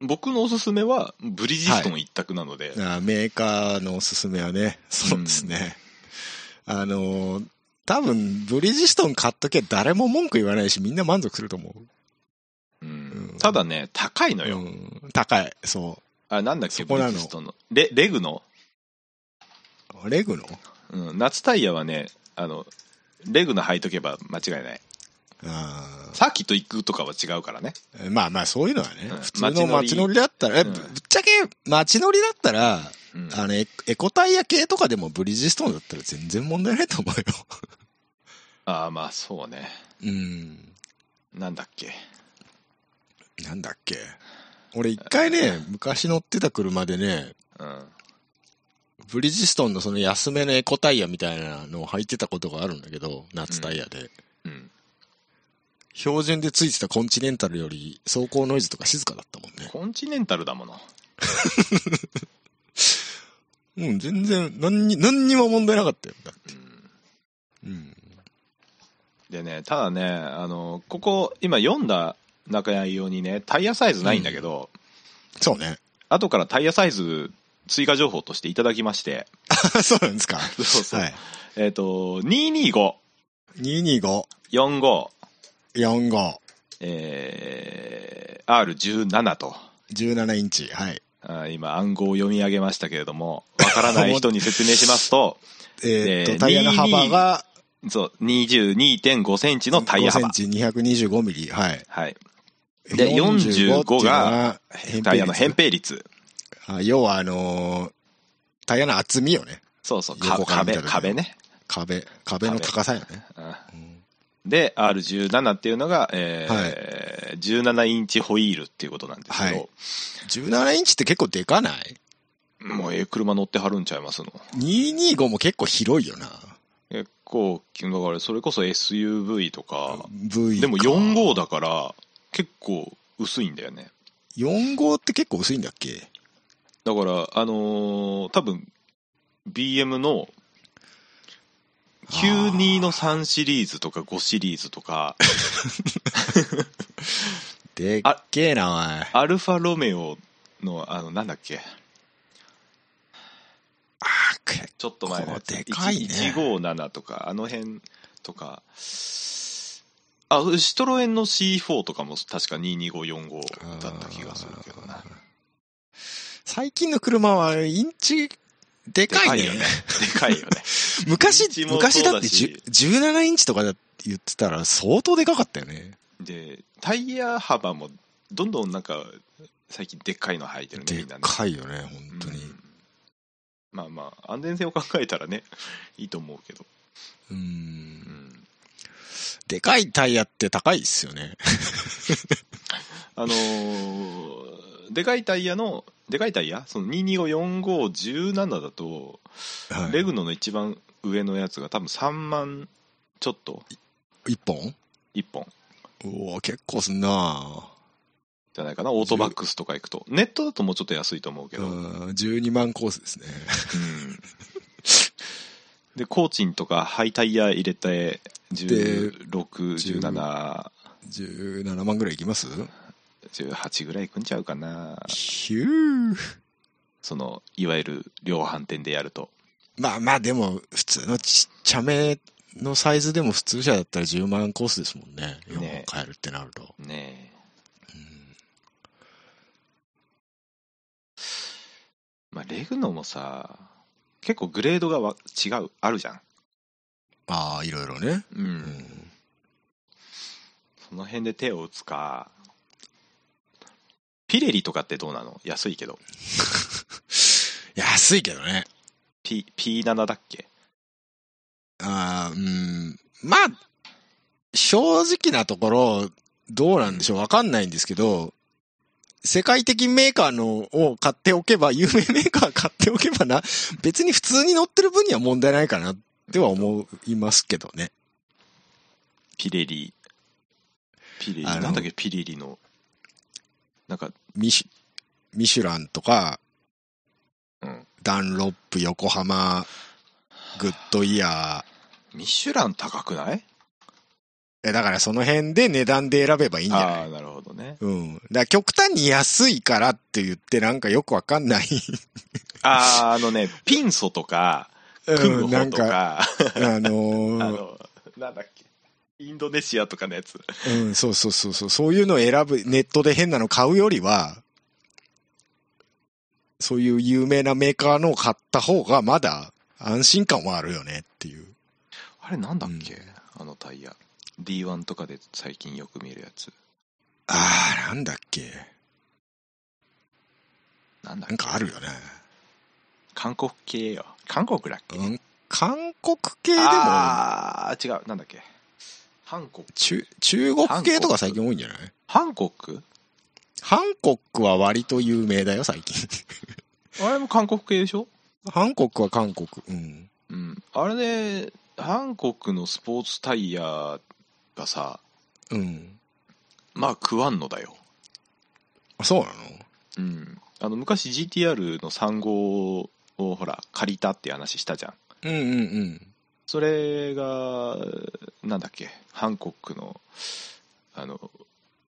僕のおすすめはブリヂストン一択なので、
あメーカーのおすすめはねそうですね、あの多分ブリヂストン買っときゃ誰も文句言わないしみんな満足すると思う
うん
うん
ただね高いのよ、
うん、高いそ
あなんだっけ
そ
ブ
こ
リ
な
ヂ
の
ストンのレレグの、
うレグの
うん、夏タイヤはねあのレグの履いとけば間違いない
あ
サーキット行くとかは違うからね
ーまあまあそういうのはね、
うん
普通の街乗りだったら、え
うん
ぶぶっちゃけ街乗りだったら、
うん
あのエエコタイヤ系とかでもブリヂストンだったら全然問題ないと思うよ
ああまあそうね
うん
なんだっけ
なんだっけ俺一回ね昔乗ってた車でね
うん
ブリヂストンのその安めのエコタイヤみたいなのを履いてたことがあるんだけど夏タイヤで、
うん
標準でついてたコンチネンタルより走行ノイズとか静かだったもんね
コンチネンタルだもの
うん、全然、何に、何にも問題なかったよ。だって。
うん
うん。
でねただねあのここ今読んだ中屋用にねタイヤサイズないんだけど、
そうね。 [LAUGHS]
後からタイヤサイズ追加情報としていただきまして
そうなんですか。
そうそう
はい。
えっ、と、225、
225、
45、
45、
えー、R17 と、
17インチ。はい。
あー今暗号を読み上げましたけれども、わからない人に説明します
[LAUGHS]
と、
えーっ
えー
と、タイヤの幅が
そう、22.5センチのタイヤ幅
5。センチ225ミリ。はい。
はい。で45が
っていうのは
タイヤの
扁
扁平
平率
率。
あ要は、あのータイヤの厚みよね。
そうそう、か
横から見
壁、
た時の
壁ね。
壁、壁の高さよね。
うん
うん
で、R17 っていうのが、えー17インチホイールっていうことなんですけど、
はい17インチって結構でかない
もうええ車乗ってはるんちゃいますの
?225 も結構広いよな。
結構、だからそれこそ SUV とか、
V か
でも4号だから結構薄いんだよね
4号って結構薄いんだっけ
だからあのー多分 BM の92の3シリーズとか5シリーズとか
でっけえな、
アルファロメオのあのなんだっけ
おい。
ちょっと前のやつ
これでかいね
1 157とかあの辺とかあシトロエンの C4 とかも確か22545だった気がするけどな
最近の車はインチで
で
かいね。
よねでかいよねインチ
昔、
もそうだし
昔だって10 17インチとかだって言ってたら相当でかかったよね。
でタイヤ幅もどんどんなんか最近でっかいの履いてるねみ
で
んなね
かいよね、本当
う
に。
んまあまあ安全性を考えたらね [LAUGHS] いいと思うけど、
う。
うんん、
でかいタイヤって高いっすよね。
あのーでかいタイヤのでかいタイヤその2254517だと、
はい
レグノの一番上のやつが多分3万ちょっと
一本
1本
おお結構すんな
じゃないかなオートバックスとか行くとネットだともうちょっと安いと思うけ
う
ど、
ん、12万コースですね。
でコーチンとかハイタイヤ入れて161718
17万ぐらいいきます
ぐらいいくんちゃうかな
ヒュー。
そのいわゆる量販店でやると
まあまあでも、普通のちっちゃめのサイズでも普通車だったら10万コースですもんね。4本
ね
買えるってなると。
ねえまあレグノもさ結構グレードがわ違うあるじゃん
ああ、いろいろね。
うん、
うん。
その辺で手を打つかピレリとかってどうなの安いけど。
安いけどね。
P、P7 だっけ
あーうん。まあ、正直なところ、どうなんでしょうわかんないんですけど、世界的メーカーのを買っておけば、有名メーカー買っておけばな、別に普通に乗ってる分には問題ないかなっては思いますけどね。
ピレリ。ピレリ。
あの
なんだっけ、ピレリの。なんか、
ミシュ、ミシュランとか、
うん
ダンロップ横浜、グッドイヤ
ミシュラン高くない
ー、えだからその辺で値段で選べばいいんじゃない
ああー、なるほどね。
うん。だから極端に安いからって言ってなんかよくわかんない。
ああ、あのね、ピンソとか、
[LAUGHS]
クム
な
ホ
ん
と
か、あ
か、
の
あ
ー
の、なんだっけ、インドネシアとかのやつ。
うん、そうそうそうそう、そういうのを選ぶ、ネットで変なの買うよりは、そういう有名なメーカーのを買った方がまだ安心感はあるよねっていう。
あれなんだっけ、
うん
あのタイヤ。D1 とかで最近よく見るやつ。
ああ、なんだっけ。
なんだっ
な
け
んかあるよね。
韓国系よ。韓国だっけ、
うん、韓国系でも、
ああ、違う。なんだっけ。韓国。
中、中国系とか最近多いんじゃない
韓国
韓国は割と有名だよ、最近。
あれも韓国系でしょ
韓国は韓国。うん。
うん。あれで、韓国のスポーツタイヤがさ、
うん。
まあ食わんのだよ。
あ、そうなの
うん。あの、昔 GTR の3号をほら、借りたっていう話したじゃん。
うんうんうん。
それが、なんだっけ、韓国の、あの、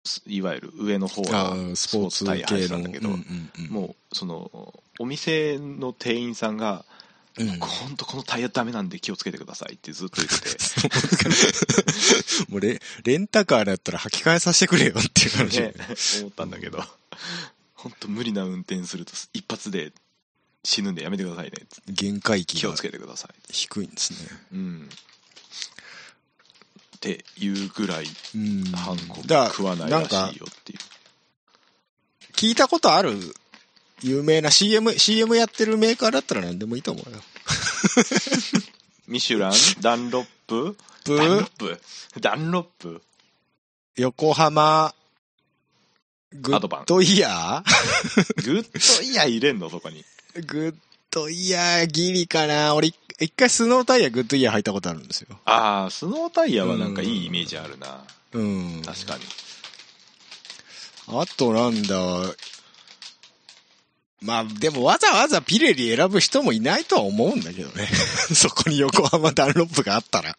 すいわゆる上の方
あ
の
ースポーツ
タイヤ入っ
系
てた
の。
んだけど、
うんうんうん
もう、その、お店の店員さんが、
うん
本当このタイヤダメなんで気をつけてくださいってずっと言ってて、
[LAUGHS] もうレレンタカーだったら履き替えさせてくれよっていう話。
ね、思ったんだけど、本当無理な運転すると一発で死ぬんでやめてくださいね。
限界
気
値
を
が
つけてください。
低いんですね。
うん。っていうぐらい、
うん。
韓国
だ
食わない
な
ら
ん
しい
か、
よっていう。
聞いたことある有名な CM、CM やってるメーカーだったら何でもいいと思うよ。
ミシュラン、ダンロップ、
ブ
ダンロ
ー
ップ、ダンロップ、
横浜、グ
アドバ
ッ
ン
ドイヤ
グッドイヤー入れんの、そこに。
ーグッドイヤーギリかな。俺、一回スノータイヤグッドイヤー履いたことあるんですよ。
ああ、スノータイヤはなんかいいイメージあるな。
うん。
確かに。
あとなんだ、まあでもわざわざピレリ選ぶ人もいないとは思うんだけどね。 [LAUGHS] そこに横浜ダンロップがあったら。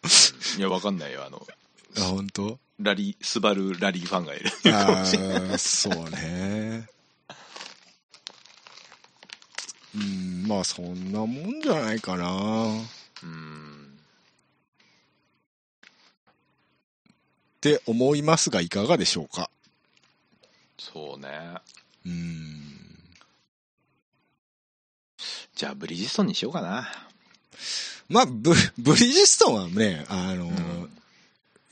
いや、わかんないよ。あの、
あ、本当？
ラリー、スバルラリーファンがいる。
ああ、そうね。うん、まあそんなもんじゃないかな。っ
うん。
て思いますがいかがでしょうか。
そうね。
うん。
じゃあ、ブリヂストンにしようかな。
まあブ、 [LAUGHS] ブリヂストンはね、あの、
うん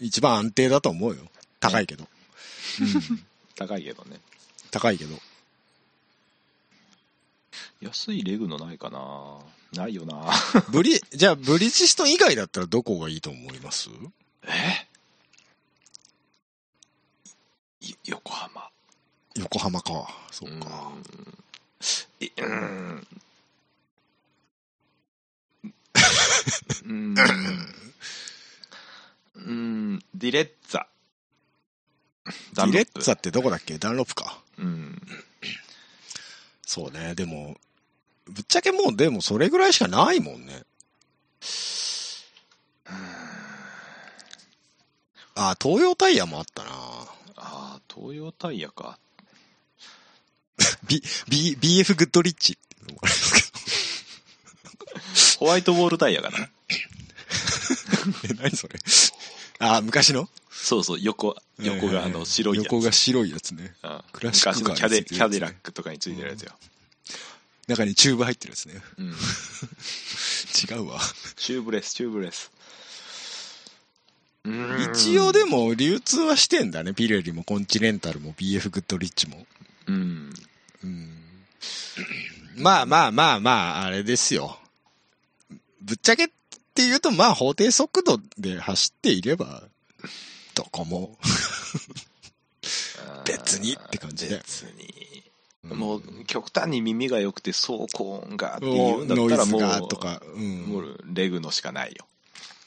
一番安定だと思うよ。高いけど。うん
高いけどね。
高いけど。
安いレグのないかな。ないよな。
ブリ、じゃあブリヂストン以外だったらどこがいいと思います
えい横浜。
横浜か。そううんか。
いうん。うん。 [LAUGHS] うん。ディレッツァ。
ディレッツァってどこだっけダンロップか。
うん。
そうね。でも、ぶっちゃけもうでもそれぐらいしかないもんね。あ、東洋タイヤもあったな。
ああ、東洋タイヤか。
B、BF グッドリッチ。
ホワイトボールタイヤかな。
え、何それ [LAUGHS] あ、昔の
そうそう、横、横があの白いやつ。
横が白いやつね。
うん
クラシッ
昔
クカ
の
ー
キャ
に
デ
ついてるやつね
キャデラックとかについてるやつよ。
中にチューブ入ってるやつね。 [LAUGHS]
うん。
違うわ。
チューブレス、チューブレス。
一応でも流通はしてんだね。ピレリもコンチネンタルも BF グッドリッチも。
ううん。
まあまあまあまあ、あれですよ。ぶっちゃけって言うと、まあ法定速度で走っていれば、どこも別にって感じだよ。
別に。もう、極端に耳が良くて走行音がってい
お
うんだっ
ノ
た
イ
ら
ズ
もう、
がとか、うん
もうレグのしかないよ。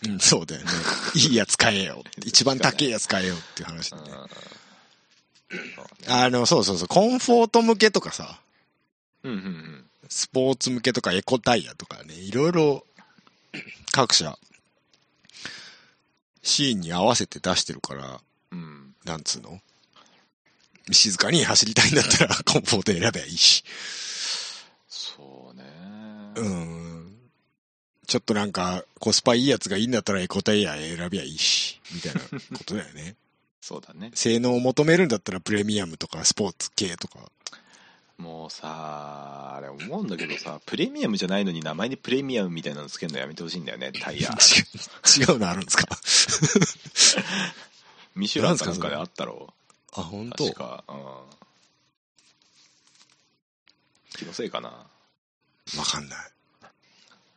うんそうだよね。いいやつ買えよ。一番高いやつ買えよっていう話だね。あの、そうそうそう、コンフォート向けとかさ、
うんうんうん。
スポーツ向けとかエコタイヤとかね、いろいろ各社、シーンに合わせて出してるから、
うん。
なんつうの静かに走りたいんだったら [LAUGHS] コンフォート選べばいいし。
そうね。
うん。ちょっとなんかコスパいいやつがいいんだったらエコタイヤ選べばいいし、みたいなことだ
[LAUGHS]
よね。
そうだね。
性能を求めるんだったらプレミアムとかスポーツ系とか。
もうさ、あれ思うんだけど
[LAUGHS]
さ、プレミアムじゃないのに名前にプレミアムみたいなのつけるのやめてほしいんだよね、タイ
[LAUGHS]
ヤ。
違う、違うのあるんですか
ミシュランかなんかであったろ
あ、本
う。
当
確か。うん。気のせいかな。
わかんない。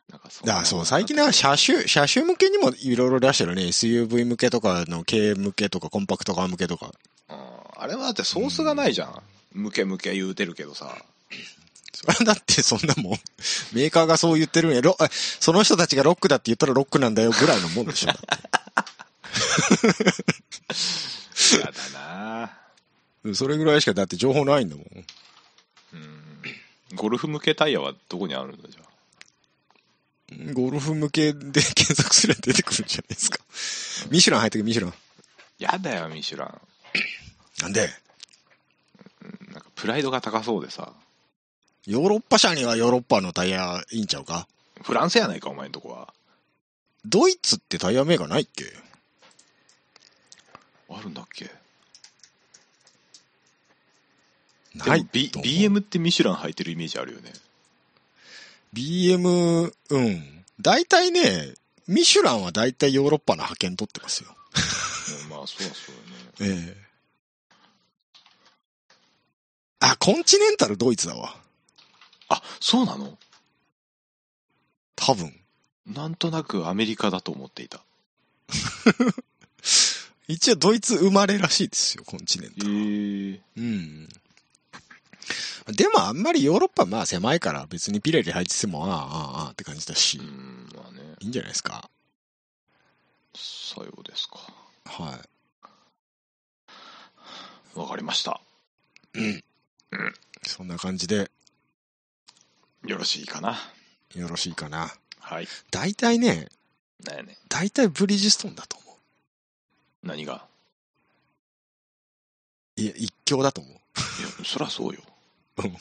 なんかそんな
だからそう、最近は車種、車種向けにもいろいろ出してるね。SUV 向けとか、の軽向けとか、コンパクトカー向けとか。
うんあれはだってソースがないじゃん。ムケムケ言うてるけどさ。
それはだってそんなもん、 [LAUGHS] メーカーがそう言ってるんや。ロあその人たちがロックだって言ったらロックなんだよぐらいのもんでしょ。だ [LAUGHS] っ
嫌だな
てそれぐらいしかだって情報ないんだもん。
うん。ゴルフ向けタイヤはどこにあるんだじゃあ
ゴルフ向けで検索すれば出てくるんじゃないですか。ミシュラン入ってくる、ミシュラン。
やだよ、ミシュラン。
なんで
なんかプライドが高そうでさ。
ヨーロッパ車にはヨーロッパのタイヤいいんちゃうか
フランスやないか、お前んとこは。
ドイツってタイヤメーカーないっけ
あるんだっけ
な
で
い
も B。
と思う
BM ってミシュラン履いてるイメージあるよね。
BM、うん。大体ね、ミシュランは大体ヨーロッパの派遣取ってますよ。
うんまあ、そうはそうよね。
ええ。あ、コンチネンタルドイツだわ。
あ、そうなの
多分。
なんとなくアメリカだと思っていた。
一応ドイツ生まれらしいですよ、コンチネン
へえ
タルは。うん。でもあんまりヨーロッパまあ狭いから別にピレリ入っててもああああああって感じだし、
う
い
ん、まあね、
いんじゃないですか。
さようですか。
は
わかりました。
い。そんな感じで
よろしいかな。
よろしいかな。
はい。
大体ね、
なんやね。
大体ブリヂストンだと思う。
何が
いや、一強だと思う。
いや、そりゃそうよ
うん。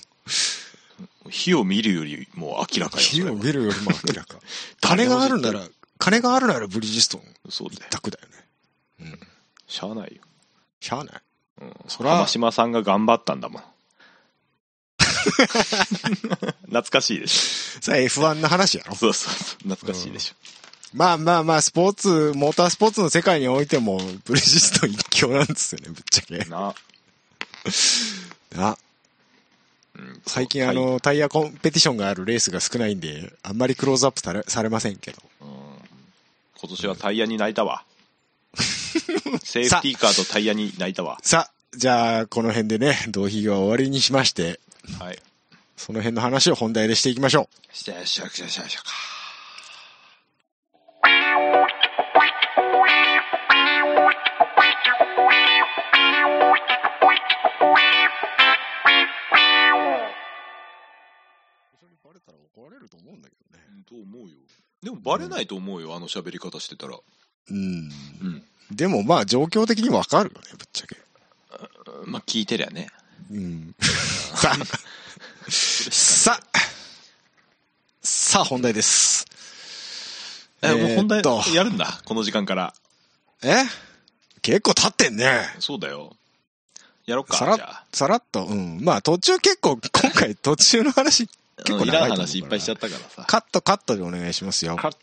火を見るよりもう明らかよ。
火を見るよりも明ら
そ
か。
れ
[LAUGHS] 金
は
があるなら。、金があるならブリヂストン
そう
一
だよ。
択だよね。うん。
しゃあないよ。
しゃあない。
うん。
そら
浜島さんが頑張ったんだもん。 [LAUGHS] 懐かしいでし
さあ F1 の話やろ
ょ。。そうそうそう。懐かしいでしょ。
まあまあまあ、スポーツ、モータースポーツの世界においても、ブリヂストン一強なんですよね、 [LAUGHS] ぶっちゃけ。
な、
あ、
うん
最近あ、の、タイヤコンペティションがあるレースが少ないんで、あんまりクローズアップされされませんけど。
うん今年はタイヤに泣いた
[LAUGHS]
わ。セーフティーカーとタイヤに泣いたわ。
さあ、じゃあ、この辺でね、同比が終わりにしまして、
はい。
その辺の話を本題でしていきましょう。
してらっしゃいしてらっしゃいしてらっしゃい
バレたら怒られると思うんだけどね。
どう思うよ。でもバレないと思うよ、あの喋り方してたら。
うん。
うん。
でもまあ、状況的にわかるよね、ぶっちゃけ。
まあ聞いてりゃね。 [LAUGHS]
うん。さあ、さあ、さあ本題です。
え、もう本
えー
題
っと
やるんだ、この時間から。
え結構経ってんね。
そうだよ。やろっか、
さらっ
じゃあ。
さらっと、うん。まあ途中結構、今回途中の話、結構
うんいら
長
ん
いと思うから
話いっぱいしちゃったからさ。
カットカットでお願いしますよ。
カッ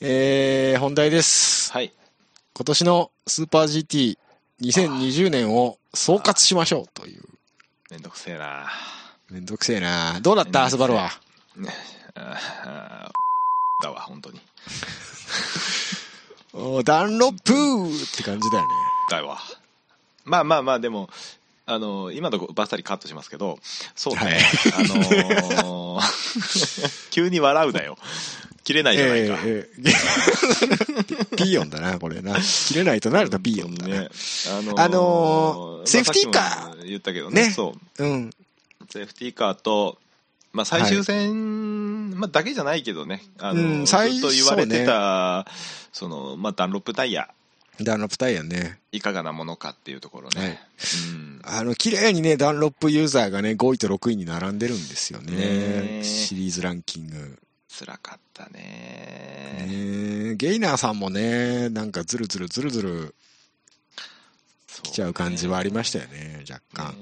えー、本題です。
はい。
今年のスーパー GT2020 年を総括しましょうという
めんどくせえな
めんどくせえなどうだっ
めんどくせ
た
え
スバルは。
あーだわ本当に
おーダンロップーって感じだよね。
だわまあまあまあでもあの今のとこバッサリカットしますけどそうね、あのー [LAUGHS] 急に笑うだよ切れないじゃないか、
えええ [LAUGHS] えピーヨンだな、これな。切れないとなるとピーヨンだな。
ね。あの
あのー
ま
セーフティーカー
さっきも言ったけどね。
ね
そ
うん。
う。セーフティーカーと、まあ最終戦、まあだけじゃないけどね。あの
うん
ず
最
っと言われてた、その、まあダンロップタイヤ、
ダンロップタイヤね。
いかがなものかっていうところね。
はい
うん。
あの、綺麗にね、ダンロップユーザーがね、5位と6位に並んでるんですよ
ね
ね。
え
シリーズランキング。
辛かったね。
ねえゲイナーさんもね、なんかズルズルズルズル
そうね
来ちゃう感じはありましたよね、若干。
ね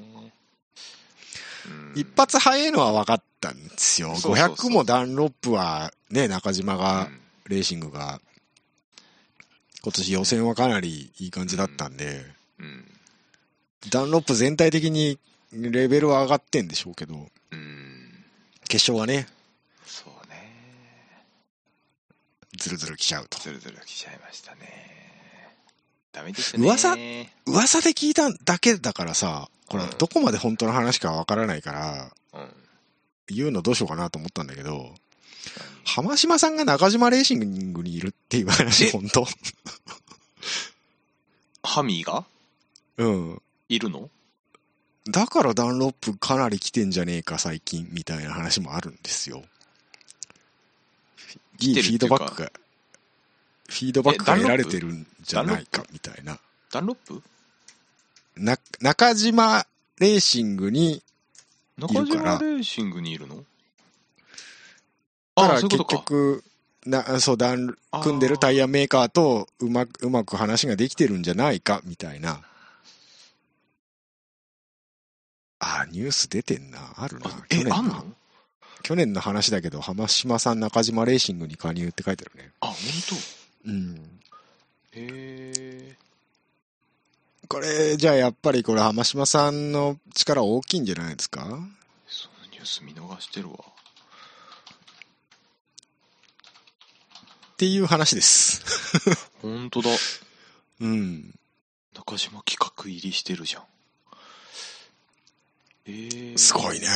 うん
一発早いのは分かったんですよ。
そうそうそう
500もダンロップはね、中島
う
が、
ん
レーシングが、今年予選はかなりいい感じだったんで、
うん。
ダンロップ全体的にレベルは上がってんでしょうけど、
うん。
決勝はね、
そうね。
ズルズル来ちゃうと。
ズルズル来ちゃいましたね。ダメですね。
噂
うん
噂で聞いただけだからさ、これ
うん
どこまで本当の話かわからないから、言うのどうしようかなと思ったんだけど、浜島さんが中島レーシングにいるっていう話、
え
本当
ハミーが
うん。
いるの
だからダンロップかなり来てんじゃねえか最近みたいな話もあるんですよ。いい
て
フ
る
ィ
っ
ー
てい
ド
うか
バックが、フィードバックが
え
得
ダンロ
ら
ップ
れてるんじゃないかみたいな。
ダンロップ
な、中島レーシングに、い
中
るから
島レーシングにいるの
た
ああ、
ら
そういう
結
ことか。
局、な、そう、ダン、組んでるタイヤメーカーとうまく、うまく話ができてるんじゃないかみたいな。あ、ニュース出てんな。あるな
あ。
去
え
年、
あん
の
の、
去年の話だけど、浜島さん中島レーシングに加入って書いてあるね。
あ、本当。
うん。
へえ。
これ、じゃあやっぱりこれ浜島さんの力大きいんじゃないですか
そのニュース見逃してるわ。
っていう話です。
本当だ。
うん。
中島企画入りしてるじゃん。ええ。
すごいね。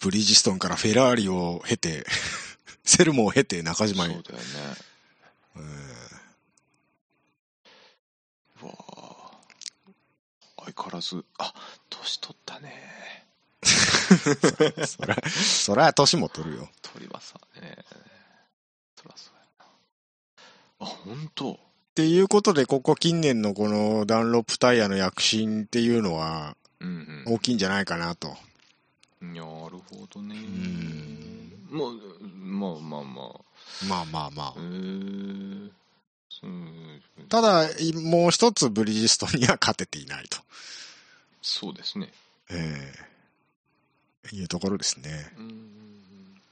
ブリヂストンからフェラーリを経て、 [LAUGHS] セルモを経て中
そう
島
だ
へ
よね。。
うん
うわあ。相変わらず、あ、年取ったね。
そら、そら、年も取るよ。
取りますわね。そらそうやな。あ、本当。
っていうことで、ここ近年のこのダンロップタイヤの躍進っていうのは
うん
大きいんじゃないかなと。
うん。なるほどね
ん。
もう、まあまあま
まあまあま
あ。へえー。うん
あ。ただ、いもう一つブリヂストンには勝てていないと。
そうですね。
ええいうところですね。
うん。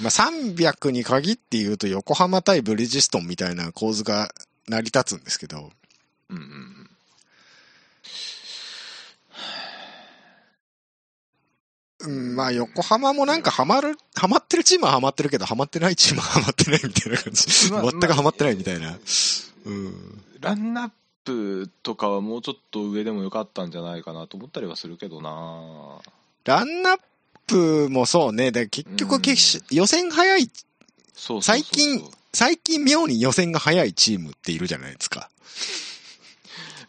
まあ、300に限って言うと横浜対ブリヂストンみたいな構図が成り立つんですけど、
うんうんうん。
うん、まあ横浜もなんかハマる、ハマってるチームはハマってるけど、ハマってないチームはハマってないみたいな感じ。
まあ
全くハマってないみたいな。うん。
ランナップとかはもうちょっと上でもよかったんじゃないかなと思ったりはするけどな。
ランナップもそうね。で結
う
局
ん
決し、予選早い、
そうそうそうそう
最近最近妙に予選が早いチームっているじゃないですか。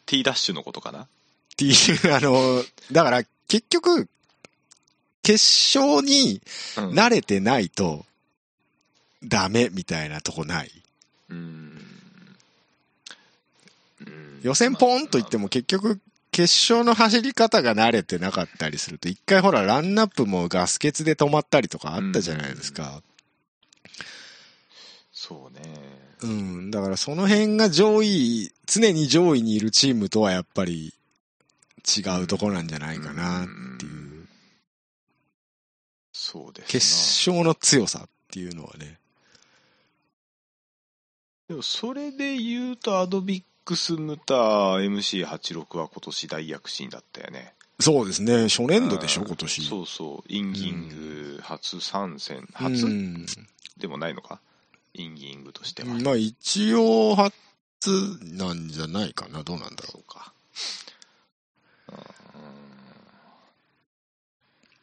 T ダッシュのことかな。
っていう、あの、だから結局、決勝に
うん
慣れてないとダメみたいなとこない。
うん
予選ポーンといっても結局決勝の走り方が慣れてなかったりすると一回ほらランナップもガス欠で止まったりとかあったじゃないですか
そうね
うん、だからその辺が上位常に上位にいるチームとはやっぱり違うとこなんじゃないかなっていう、
うんそうですな
決勝の強さっていうのはね
でもそれで言うとアドビックスムタ MC86 は今年大躍進だったよね
そうですね、初年度でしょ、
うん
今年。
そうそうインギング初参戦、
う
初、
ん
でもないのかインギングとしては、
まあ一応初なんじゃないかな、どうなんだろ
そうかうん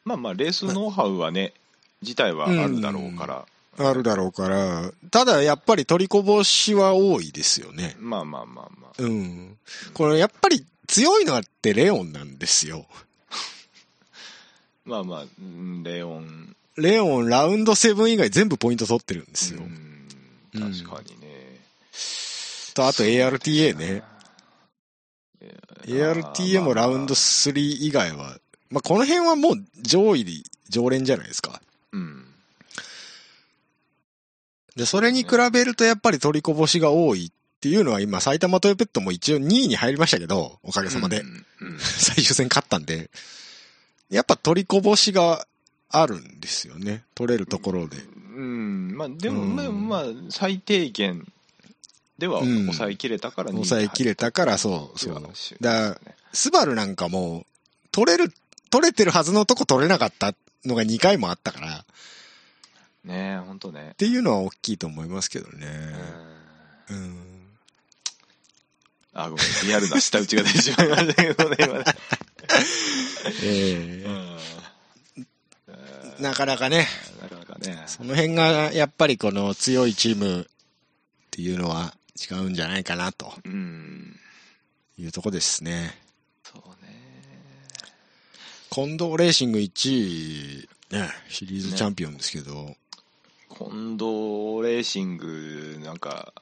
まあまあレースノウハウはね自体はあるだろうから、
う。あるだろうから、ただやっぱり取りこぼしは多いですよね。
まあまあまあまあ
うん。これやっぱり強いのはってレオンなんですよ。
まあまあうんレオン
レオンラウンドセブン以外全部ポイント取ってるんですよ。
うん
うん
確かにね、
と、あと ARTA ね。
いやー
ARTA もラウンド3以外は、まあ、この辺はもう上位で常連じゃないですか。
うん
で、それに比べるとやっぱり取りこぼしが多いっていうのは今、埼玉トヨペットも一応2位に入りましたけど、おかげさまで。
うんうん
[LAUGHS] 最終戦勝ったんで、やっぱ取りこぼしがあるんですよね。取れるところで。
うんまあでも、
うん
まあまあ最低限では
うん
抑えきれたから2位に入った
抑えきれたから、そう、
ってい
そうう。
話
だスバルなんかも、取れる、取れてるはずのとこ取れなかったのが2回もあったから、っ
ね本当ね
ていうのは大きいと思いますけどね。
うん
うん。
あごめんリアルな舌打ちが出てしまいましたけどね今ね
ええ
うん
なかなかね、
なかなかね
その辺がやっぱりこの強いチームっていうのは違うんじゃないかなと
うん
いうとこですね。
そうね
近藤レーシング1位、ね、シリーズチャンピオンですけど、
近藤レーシングなんか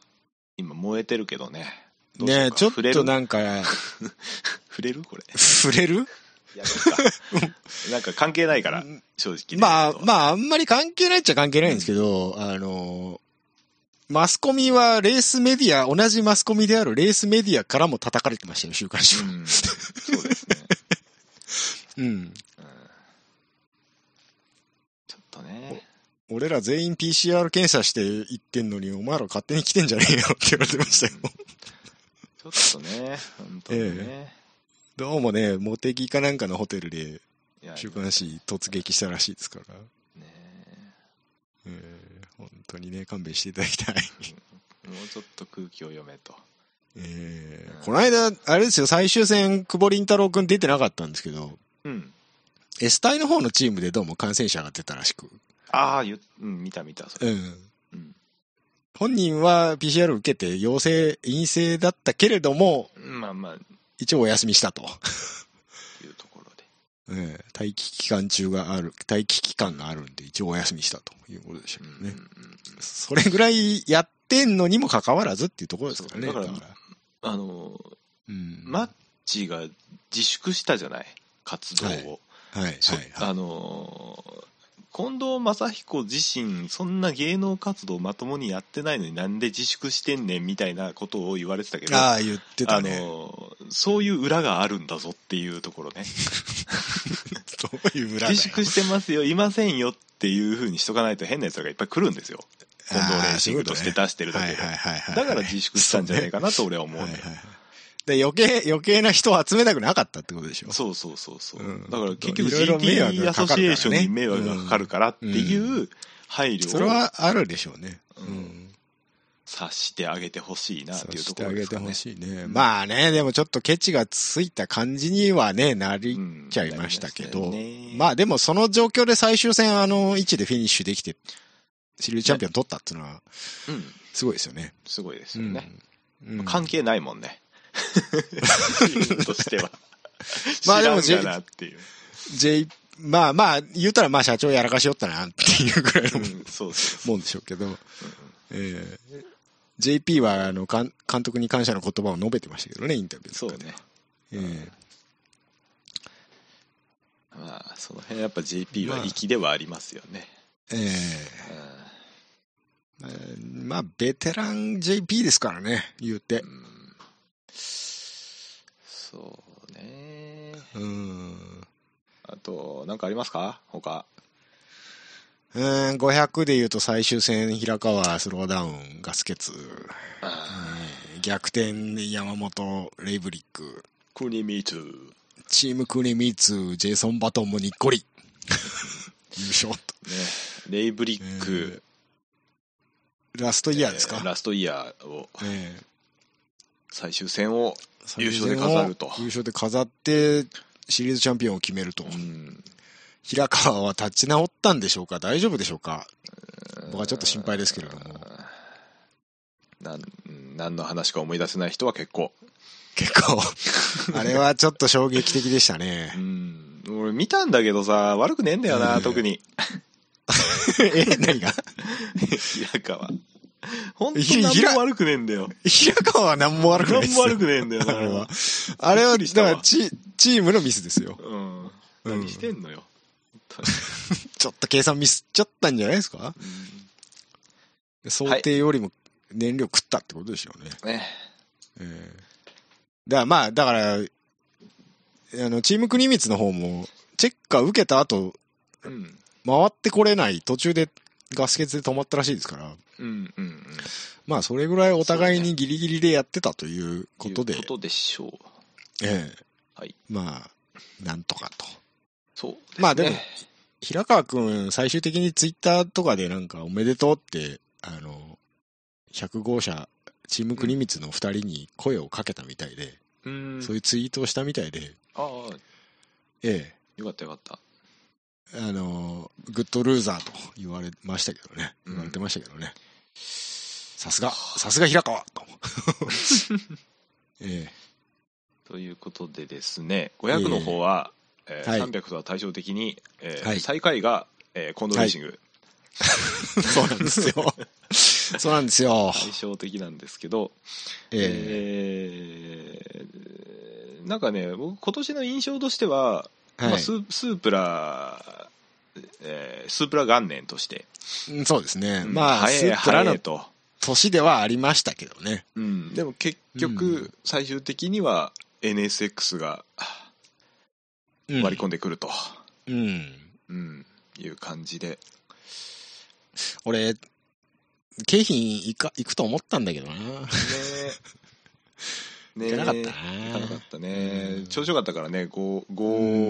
今燃えてるけどねどうしよう
ね
か
ちょっ
触れ
と
る
なんか、
触れるこれ
[LAUGHS] 触れる
いや
[LAUGHS]
なんかなんか関係ないから正直
まあ、
あ
まあ、あんまり関係ないっちゃ関係ないんですけど、あの、マスコミはレースメディア、同じマスコミであるレースメディアからも叩かれてましたよ、週刊誌
う
は。
んそうですね
うん。
ちょっとね
俺ら全員 PCR 検査して行ってんのに、お前ら勝手に来てんじゃねえよって言われてましたよ。
ちょっとね本当にね、
どうもね、茂木かなんかのホテルで
いや
週刊誌突撃したらしいですから、
ね
えー本当にね、勘弁していただきたい。 [LAUGHS]
もうちょっと空気を読めと
えー
うん
この間、あれですよ、最終戦、久保凛太郎くん出てなかったんですけど、
うん
S 隊の方のチームでどうも感染者が出たらしく。
ああ、言っうん、見た見た、それ。
うん。
うん
本人は PCR 受けて陽性、陰性だったけれども、
まあまあ、
一応お休みしたと。
いうところで。
ええ待機期間中がある、待機期間があるんで、一応お休みしたということでしたけど
うんう
ね。
んうん
それぐらいやってんのにもかかわらずっていうところですからね。
そうだからあの、
うん。
マッチが自粛したじゃない、活動を。
はいはい、はい
そ、
はい。
あのー、近藤正彦自身、そんな芸能活動まともにやってないのになんで自粛してんねんみたいなことを言われてたけど、
ああ、言ってた
あ
ね。
のー、そういう裏があるんだぞっていうところね。
どういう裏だよ
自粛してますよ、いませんよっていうふうにしとかないと変なやつらがいっぱい来るんですよ。近藤レーシングとして出してるだけで。
はいはいはいはい、
だから自粛したんじゃない
か
かなと俺は思うのよ、
はいはいはい、で余計、余計な人を集めたくなかったってことでしょ。
そうそうそうそう、
うん
だから結局
いろいろ迷惑
GT
が
ア
か
ソ
か
シ
るからね
エーションに迷惑がかかるからって
う
いう配慮
それ
を
はあるでしょうね。
う
うんん。
察してあげてほしいなっ
そ
ていうと
し
こ
てあ
ろで
げ
す
て
かね
ほしいね。まあね、でもちょっとケチがついた感じにはね、なり、
うん
ちゃいましたけど
なり
ま
あ
あでもその状況で最終戦あの位置でフィニッシュできて、シリーズチャンピオン取ったっていうのは
うん
すごいですよね。
すごいですよね、
うん。うん
関係ないもん
[LAUGHS]
ねチームとしては
まあでも
知らんがなっていう、
J、まあまあ、言うたらまあ社長やらかしよったなっていうぐらいの
うん、そうそう
もんでしょうけど、えー JP はあのかん監督に感謝の言葉を述べてましたけどね、インタビュー
そ
と
う
かで
ね
えー
まあその辺やっぱ JP は粋ではありますよね、
えーえーまあ、ベテラン JP ですからね、言うて
う。んそうね
うん。
あと何かありますか他
うん、500で言うと最終戦、平川スローダウン、ガスケツ、
あ
えー逆転、山本、レイブリック、
クニミートゥ
チームクリミーツ、ジェイソン・バトンもにっこり。 [LAUGHS] 優勝と。
ー、ね、レイブリック、
ラストイヤーですか、
えーラストイヤーを、
ええ
最終戦を、優勝で
最終戦を
飾ると
優勝で飾って、シリーズチャンピオンを決めると。
うん、
平川は立ち直ったんでしょうか大丈夫でしょうか僕はちょっと心配ですけれども。
なんうん何の話か思い出せない人は結構、
結
[LAUGHS]
構、あれはちょっと衝撃的でした
う
ね。 [LAUGHS]
ん、俺見たんだけどさ、悪くねえんだよな、
うん
特に、 [LAUGHS]
え、何が
平川。本当に何も悪くねえんだよ。
平川は何も悪くないで
何
す
も
よ。
悪くねえんだよな、
あれは。あれは、
びっくりし
だか
たわ
らチ、チームのミスですよ。
うん。
うん
何してんのよ。
ちょっと計算ミスっちゃったんじゃないですか想定よりも燃料食ったってことでしょうね。
ね。
ええだからまあ、だから、あの、チーム国光の方も、チェッカー受けた後、
うん。
回ってこれない、途中でガス欠で止まったらしいですから、
うんうんうん。
まあ、それぐらいお互いにギリギリでやってたということで、
いうことでしょう。
ええ
はい
まあ、なんとかと。
そうすね。
まあでも平川くん、最終的にツイッターとかでなんかおめでとうって、あの、100号車、チーム国光の2人に声をかけたみたいで、
うん。
そういうツイートをしたみたいで、
ああ、
え
よかったよかった。
え、あの、グッドルーザーと言われましたけどね。
うん
言われてましたけどね。さすが、さすが平川と。 [LAUGHS] え
ということでですね、500の方は、えー
はい
300とは対照的に、えー
はい
最下位が、えー、コンドレーシング、
え、そうなんで
[LAUGHS]
すよ。そうなんですよ。
対照的なんですけど、
え
えーなんかね、僕、今年の印象としては、
え、は
まあ、
い
ススープラ、えースープラ元年として、
うんそうですね。
うん
まあ、ス
早い
ープラ
早
の
いと、
年ではありましたけどね。
うん、でも結
う
局、最終的には NSX が
うん
割り込んでくると、
うん。
うんいう感じ
[LAUGHS]
で、
俺、京浜行か行くと思ったんだけどな。
ね
行
え
かなかった
行かなか
な
っ。たね、
うん
調子よかったからね5
う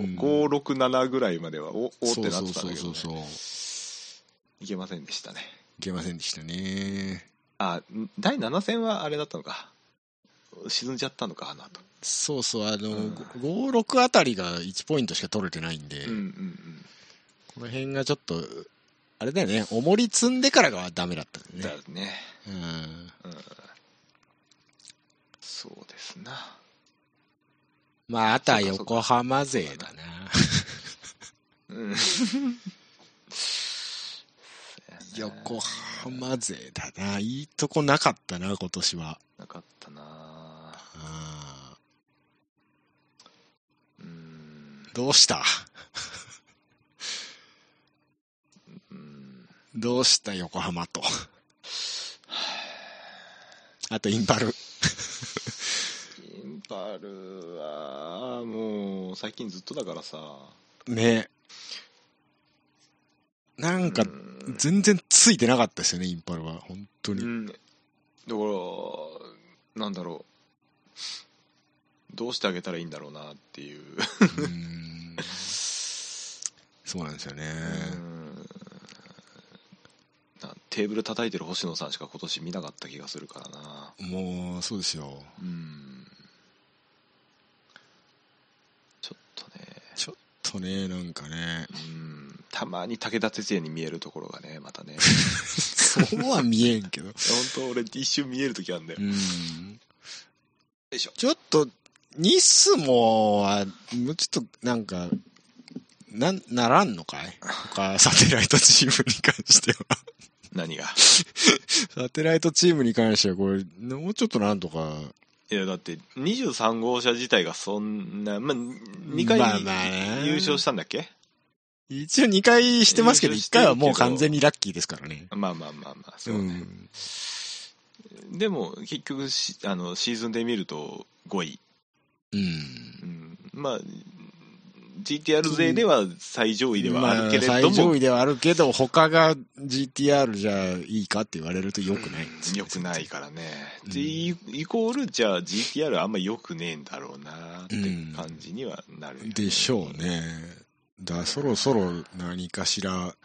ん
5 567ぐらいまではおおーってなってたんだけど、
そうそうそうそう
ね、
そう。
いけませんでしたね
いけませんでしたね。
あん第7戦はあれだったのか沈んじゃったのかあの後
そうそう、あの、
うん
5、6あたりが1ポイントしか取れてないんで、
うんうんうん
この辺がちょっと、あれだよね、重り積んでからがダメだったんだ
だ
よね。
ね
うん。
そうですな
まあ、あとは
そうかそうか
横浜勢だな。
うんそうやな
[LAUGHS] 横浜勢だな。いいとこなかったな、今年は。
なかったな
あ
うん
ーどうした
うん
どうした横浜と。 [LAUGHS] あとインパル。
インパルはもう最近ずっとだからさ
ね。なんか
う、ん
全然ついてなかったですよね、インパルは。本当
う
に。
んだからなんだろうどうしてあげたらいいんだろうなっていう
うんそうなんですよね。
うんなテーブル叩いてる星野さんしか今年見なかった気がするからな
もう、そうですよ。
うんちょっとね
とね、なんかね。
うんたまに武田鉄矢に見えるところがねま
[LAUGHS]
たね
そうは見えんけど。
本当俺一瞬見える時あるんだよ、
[LAUGHS] うん。
いしょ
ちょっと、ニスもは、もうちょっと、なんか、なん、ならんのかい他、サテライトチームに関しては。
何が
サテライトチームに関しては、これ、もうちょっとなんとか。
いやだって23号車自体がそんな、まあ、2回
まあまあね
優勝したんだっけ
一応2回してますけど、
優勝してるけ
1回
ど
はもう完全にラッキーですからね。
まあまあまあまあそう
う
ね、
ん。
でも結局しあのシーズンで見ると5位、
うん。
うん、まあ GTR 勢では最上位ではあるけれ
まあ
ど
最
も、
上位ではあるけど、他が GTR じゃいいかって言われると良くないんですね
よくないからね、
うん
でイイコールじゃあ GTR あんま良くねえんだろうなって
うん
感じにはなるよね、
でしょうね。だそろそろ何かしら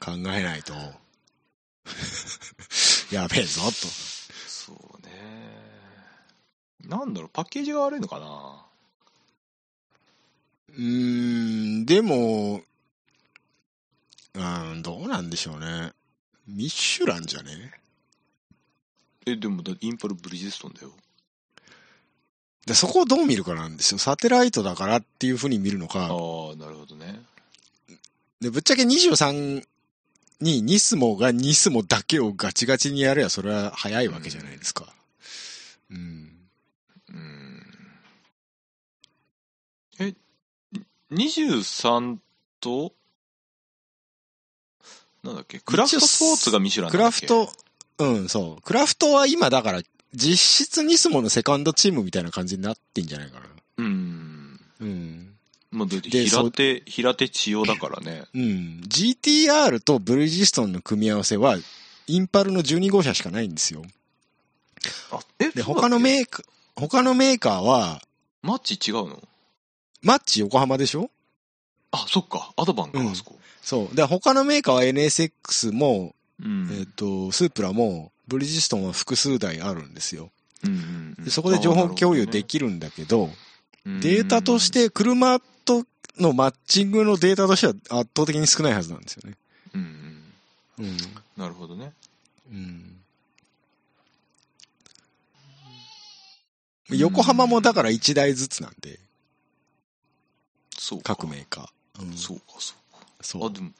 考えないと、 [LAUGHS] やべえぞと。
そうねなんだろうパッケージが悪いのかな
うーん、でも、うん、どうなんでしょうね。ミッシュランじゃね
えでもだインパルブリヂストンだよ
でそこをどう見るかなんですよ。サテライトだからっていうふうに見るの
あ
か。
あなるほどね
で、ぶっちゃけ23にニスモがニスモだけをガチガチにやればそれは早いわけじゃないですか。うん。
うんえ23となんだっけクラフトスポーツがミシュラン
ク
なんだっ
ラフ
け
ト、うん、そう。クラフトは今だから実質ニスモのセカンドチームみたいな感じになってんじゃないかな。
うん
うん。
まあ、で
で
平手平手千代だからね
うん。GTR とブリヂストンの組み合わせはインパルの12号車しかないんですよ。
あえ
で、
そうだっけ
他のメーカー、他のメーカーは、
マッチ違うの
マッチ横浜でしょ
あそっかアドバンか、
うん
あそこ
そう。で、他のメーカーは NSX も、
うん
えっ、と、スープラも、ブリヂストンは複数台あるんですよ。
うんうんうん
でそこで情報共有できるんだけど、データとし、て車とのマッチングのデータとしては圧倒的に少ないはずなんですよね。
あーなるほどねうんうん
う
なるほど
ん。
ね
うん。横浜もだから1台ずつなんで、
そうか
各メーカー。うん、
そうかそうか
そ
あ
う。
でも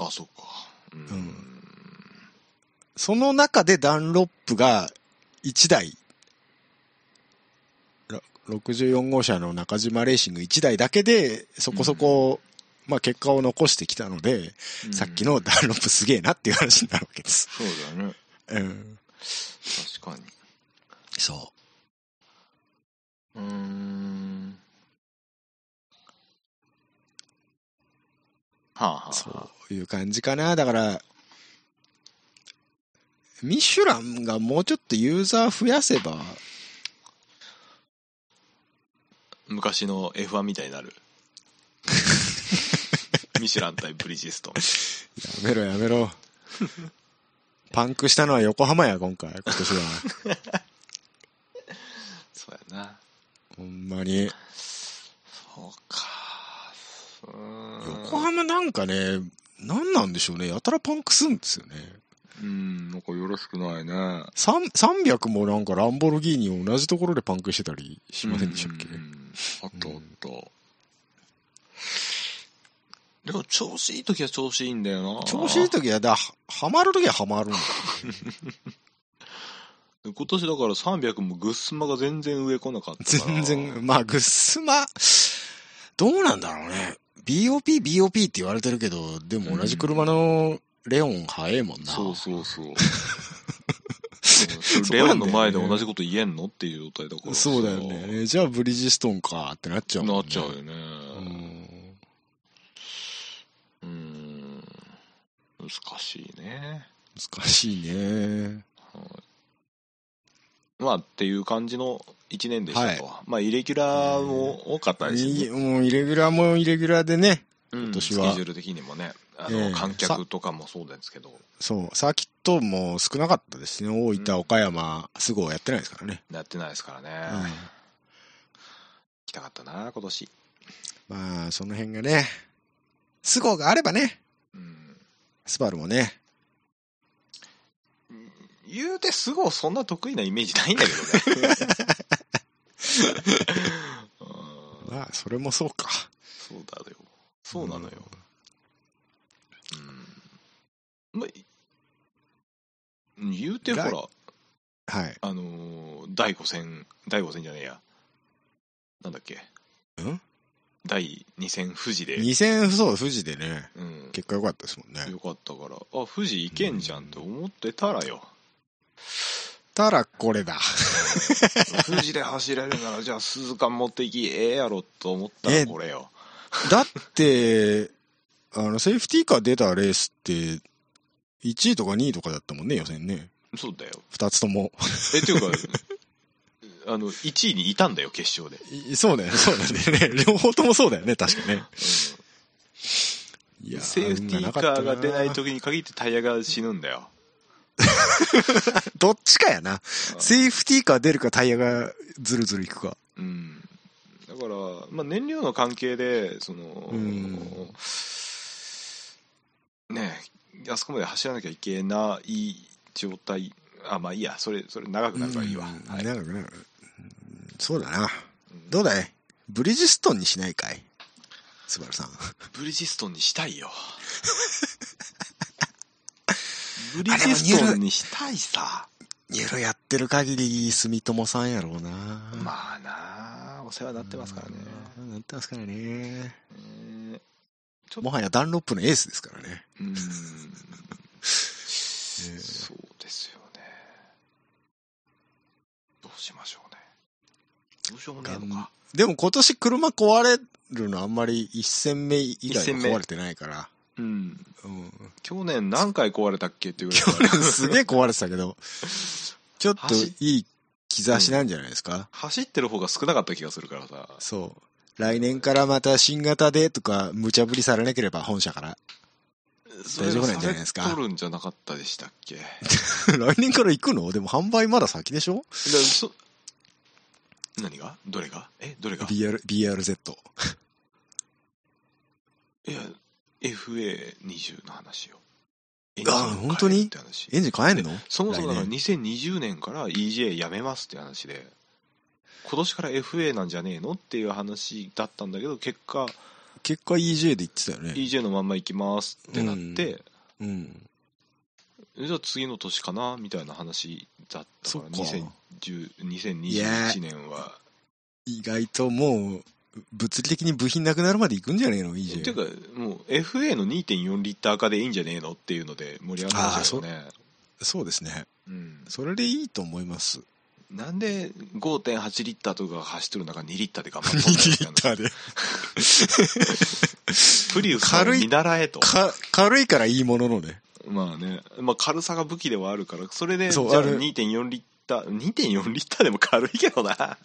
あそうかうん、
んその中でダンロップが1台、ら64号車の中島レーシング1台だけで、そこそこ、まあ結果を残してきたので、
うん
さっきのダンロップすげえなっていう話になるわけです。
そうだね
うん。
確かに
そう
ーんはあはあは
う。
あ
そういう感じかな。だから、ミシュランがもうちょっとユーザー増やせば、
昔の F1 みたいにな
[LAUGHS]
るミシュラン対ブリヂストン
やめろや
[LAUGHS]
めろ。パンクしたのは横浜や、今回、今
[LAUGHS]
年は。
そうやな
ほんまに。
そうかうーん
横浜なんかね、なんなんでしょうね。やたらパンクすんですよね。
うんなんかよろしくないね
三300もなんかランボルギーニ同じところでパンクしてたりしませんでしたっけ
うんうんうんあったあった、でも調子いい時は調子いいんだよな
調子いい時は、だ、はまる時ははまるんだ。
今年だから300もグッスマが全然上来なかったから
全然、まあ、ぐっすま、どうなんだろうね。BOP、BOP って言われてるけど、でも同じ車のレオン早いもんな。
そうそう
[LAUGHS]
そううんそれレオンの前で同じこと言えんのっていう状態だからさ
そうだよね。じゃあブリヂストンかってなっちゃうもんね、
なっちゃうよね
うん
うん難しいね
難しいね。
まあっていう感じの1年でしたと、まあイレギュラーも多かったです
い
し、ね
もうイレギュラーもイレギュラーでね、
うん
今年
スケジ
は
ュール的にもねあの、
ええ
観客とかもそうですけど
そう、サーキットも少なかったですね。大
う
分、
ん
岡山、すぐやってないですからね。
やってないですからね、
うん
行きたかったな今年
まあ、その辺がね、都合があればね、
うん
スバルもね、
言うてすごいそんな得意なイメージないんだけ
[LAUGHS]
どねうん
まあ、それもそうか。
そうだよそうなのよ、うんまあ、い言うてほ
来
ら
はい。
あのー第5戦第5戦じゃねえやなんだっけ
ん
第2戦富士で、
2000、そう、富士でね、
うん、
結果良かったですもんね。
[LAUGHS] よかったからあ富士行けんじゃんって思ってたらよ
たらこれだ。 [LAUGHS]
富士で走れるならじゃあ鈴鹿持って行きええやろと思ったらこれよ
だって、あの、セーフティーカー出たレースって、1位とか2位とかだったもんね、予選ね。
そうだよ。
2つとも。
え、っていうか、 [LAUGHS] あの、1位にいたんだよ、決勝で。
い [LAUGHS] そうだよね、そうなんだよね。 [LAUGHS] 両方ともそうだよね、確かね。いや
セーフティーカーが出ない。
運
時に限ってタイヤが死ぬんだよ。
かったなどっちかやな。セーフティーカー出るかタイヤがズルズルいくか。
うん。だから、まあ、燃料の関係で、その、
ん
ねえ、あそこまで走らなきゃいけない状態。あ、まあいいや、それ、それ長くなるからいいわ。
うん
はい、
長くなるうんそうだな。どうだいブリヂストンにしないかいスバルさん。
ブリヂストンにしたい
[LAUGHS]
よ。ブリ
も
ヂストンにしたいさ。
いろいろやってる限り、住友さんやろうな。
まあなあお世話になってますからね。
うん。なってますからね。
えー
もはやダンロップのエースですからね。
うーん
え
そうですよね。どうしましょうね。どうしようもねえのか。
でも今年車壊れるのあんまり一戦目以外は壊れてないから。
うん。
うん。 [LAUGHS]
去年何回壊れたっけっていうぐらい
去
だから。
年すげえ壊れてたけど、ちょっといい兆しなんじゃないですか、
走ってる方が少なかった気がするからさ。
そう。来年からまた新型でとか、無茶ぶりされなければ本社から。大丈夫なんじゃないですか
それ取るんじゃなかったでしたっけ。だから
[LAUGHS] 来年から行くのでも販売まだ先でしょ
そ何がどれがえどれが
?BR、BRZ。
いや、FA20 の話よ。
あ本当に
って話
エンジン変えんの
そもそもだから
来年
2020年から EJ やめますって話で今年から FA なんじゃねえのっていう話だったんだけど結果
結果 EJ で言ってたよね。
EJ のまんま行きますってなって、
うん。
じゃあ次の年かなみたいな話だったから
そっ
2010
かいや
2021年は
意外ともう、物理的に部品なくなるまで行くんじゃねえの
っていう
?EJ。
かもう FA の2.4リッター化でいいんじゃねえのっていうので盛り上がりましたよね
そうですね。
うん、
それでいいと思
[LAUGHS]
います。 [LAUGHS]
なんで5.8リッターとかが走ってる中2リッターで頑張っ
2
てんだみたいな
ーで。
プリウスを見習えと
か、軽いからいいもののね。
まあね、まあ、軽さが武器ではあるからそれでじゃ
そ
あ
うある
2.4リッター2.4リッターでも軽いけどな、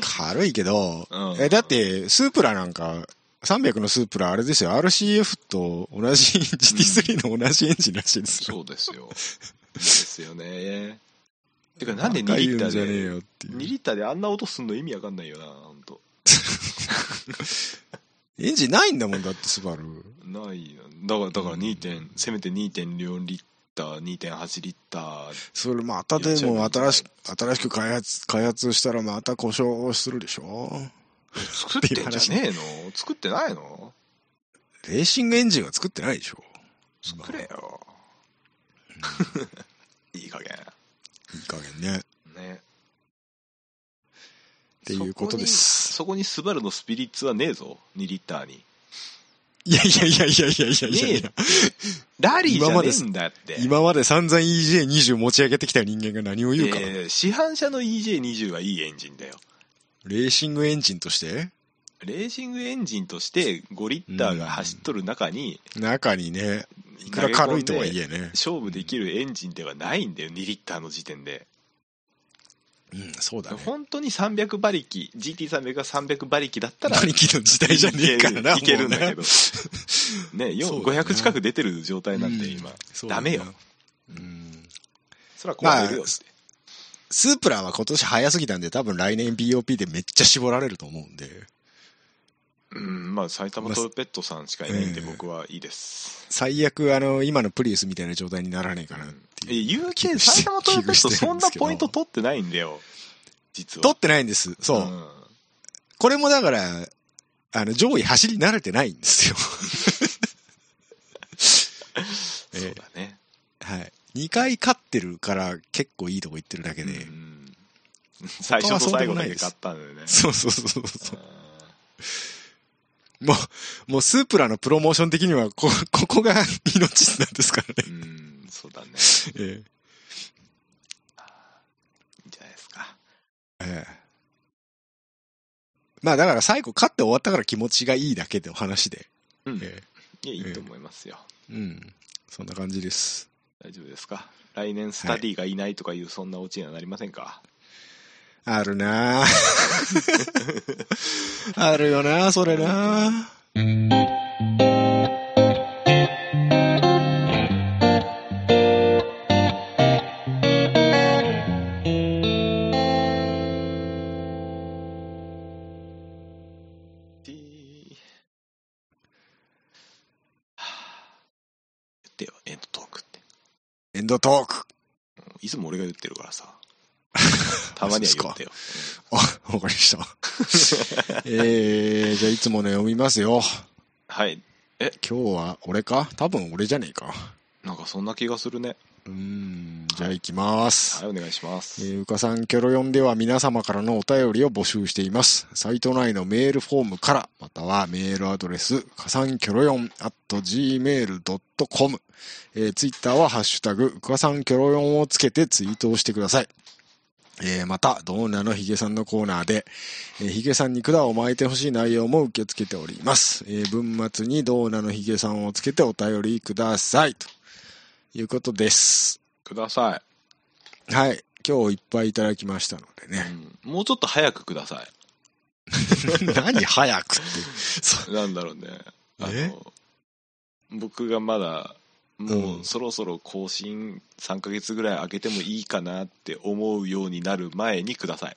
軽いけど、
うん
え、だって、スープラなんか、300のスープラあれですよ、RCF と同じ、GT3 の同じエンジンらしいですよ。
そうです
[LAUGHS]
よですよねてかなんで2
高い
リッター
じゃねえ
で
よって
2
いう。
リッターであんな音すんの意味わかんないよな本当
エンジンないんだもんだって、スバル。
ないよだからだから2点せめて2.4リッター2.8リッター
それまたでも新し、新しく開発、開発したらまた故障するでしょ
作ってんじゃねえの作ってないの
レーシングエンジンは作ってないでしょ
作れよ [LAUGHS] いい加減
いい加減ね。っ
ね
ていうことです。
そこにそこにスバルのスピリッツはねえぞ2リッターに
いやいやいやいやいやいやいやいや。
ラリーじゃねえんだって
今まで散々 EJ20 持ち上げてきた人間が何を言うか。
えー市販車の EJ20 はいいエンジンだよ
レーシングエンジンとして
レーシングエンジンとして5リッターが走っとる中に、
中にね、いくら軽いとはいえね。
勝負できるエンジンではないんだよ2リッターの時点で、
うん、そうだね。
本当に300馬力 GT300 が300馬力だったら
何気の時 [LAUGHS] 代じゃねえからな。
いけるいけるんだけ
ど。
ど [LAUGHS] ねよ
そうだな
500近く出てる状態なんで今、
そうだな
ダメよ。
うん
そら壊れるよって、
スープラは今年早すぎたんで、多分来年 BOP でめっちゃ絞られると思うんで、
うん、まあ埼玉トヨペットさんしかいないんで僕はいいです。
最悪、あの、今のプリウスみたいな状態にならねえかなって
え、
いう。
有
[LAUGHS]
形埼玉トヨペットそんなポイント取ってないんだよ。実は。
取ってないんです。そう。
うん
これもだから、あの、上位走り慣れてないんですよ。 [LAUGHS] え
そうだね。
はい。2回勝ってるから結構いいとこ行ってるだけで。
うん最初と最後だけ買ったんだよね。。
[LAUGHS] そうそうそうそううんもう、もうスープラのプロモーション的には、こ、ここが命なんですからね。
うん、そうだね。
[LAUGHS] え
いいんじゃないですか。
えええまあだから最後勝って終わったから気持ちがいいだけの話で、
うん、
え
いやいいと思いますよ、
ーうんそんな感じです
大丈夫ですか来年スタディがいないとかいうそんなオチにはなりませんか、
あるな [LAUGHS] ああるよなあそれなあ
てぃはあ言ってよエンドトークって
エンドトーク
いつも俺が言ってるからさたまには言ってよ
あわかりましたえー、じゃあいつもの読みますよ
はい
今日は俺か多分俺じゃねえか
なんかそんな気がするね
うーんじゃあ行きます、
はいお願いしま
え
す
ー、うかさんキョロ4では皆様からのお便りを募集しています。サイト内のメールフォームから、またはメールアドレス、かさんキョロ4 at gmail.com。えー、ツイッターはハッシュタグ、うかさんキョロ4をつけてツイートをしてください。えー、また、ドーナのヒゲさんのコーナーで、えーヒゲさんに管を巻いてほしい内容も受け付けております。えー、文末にドーナのヒゲさんをつけてお便りください。ということです。
くださ
はい。今日いっぱいいただきましたの
[LAUGHS]
で
い、
ね。
うんもうちょっと早くくださ
何早くって。
い [LAUGHS] なんだろうねあ
え
の僕がまだも
う
うんそろそろ更新3ヶ月ぐらい開けてもいいかなって思うようになる前にください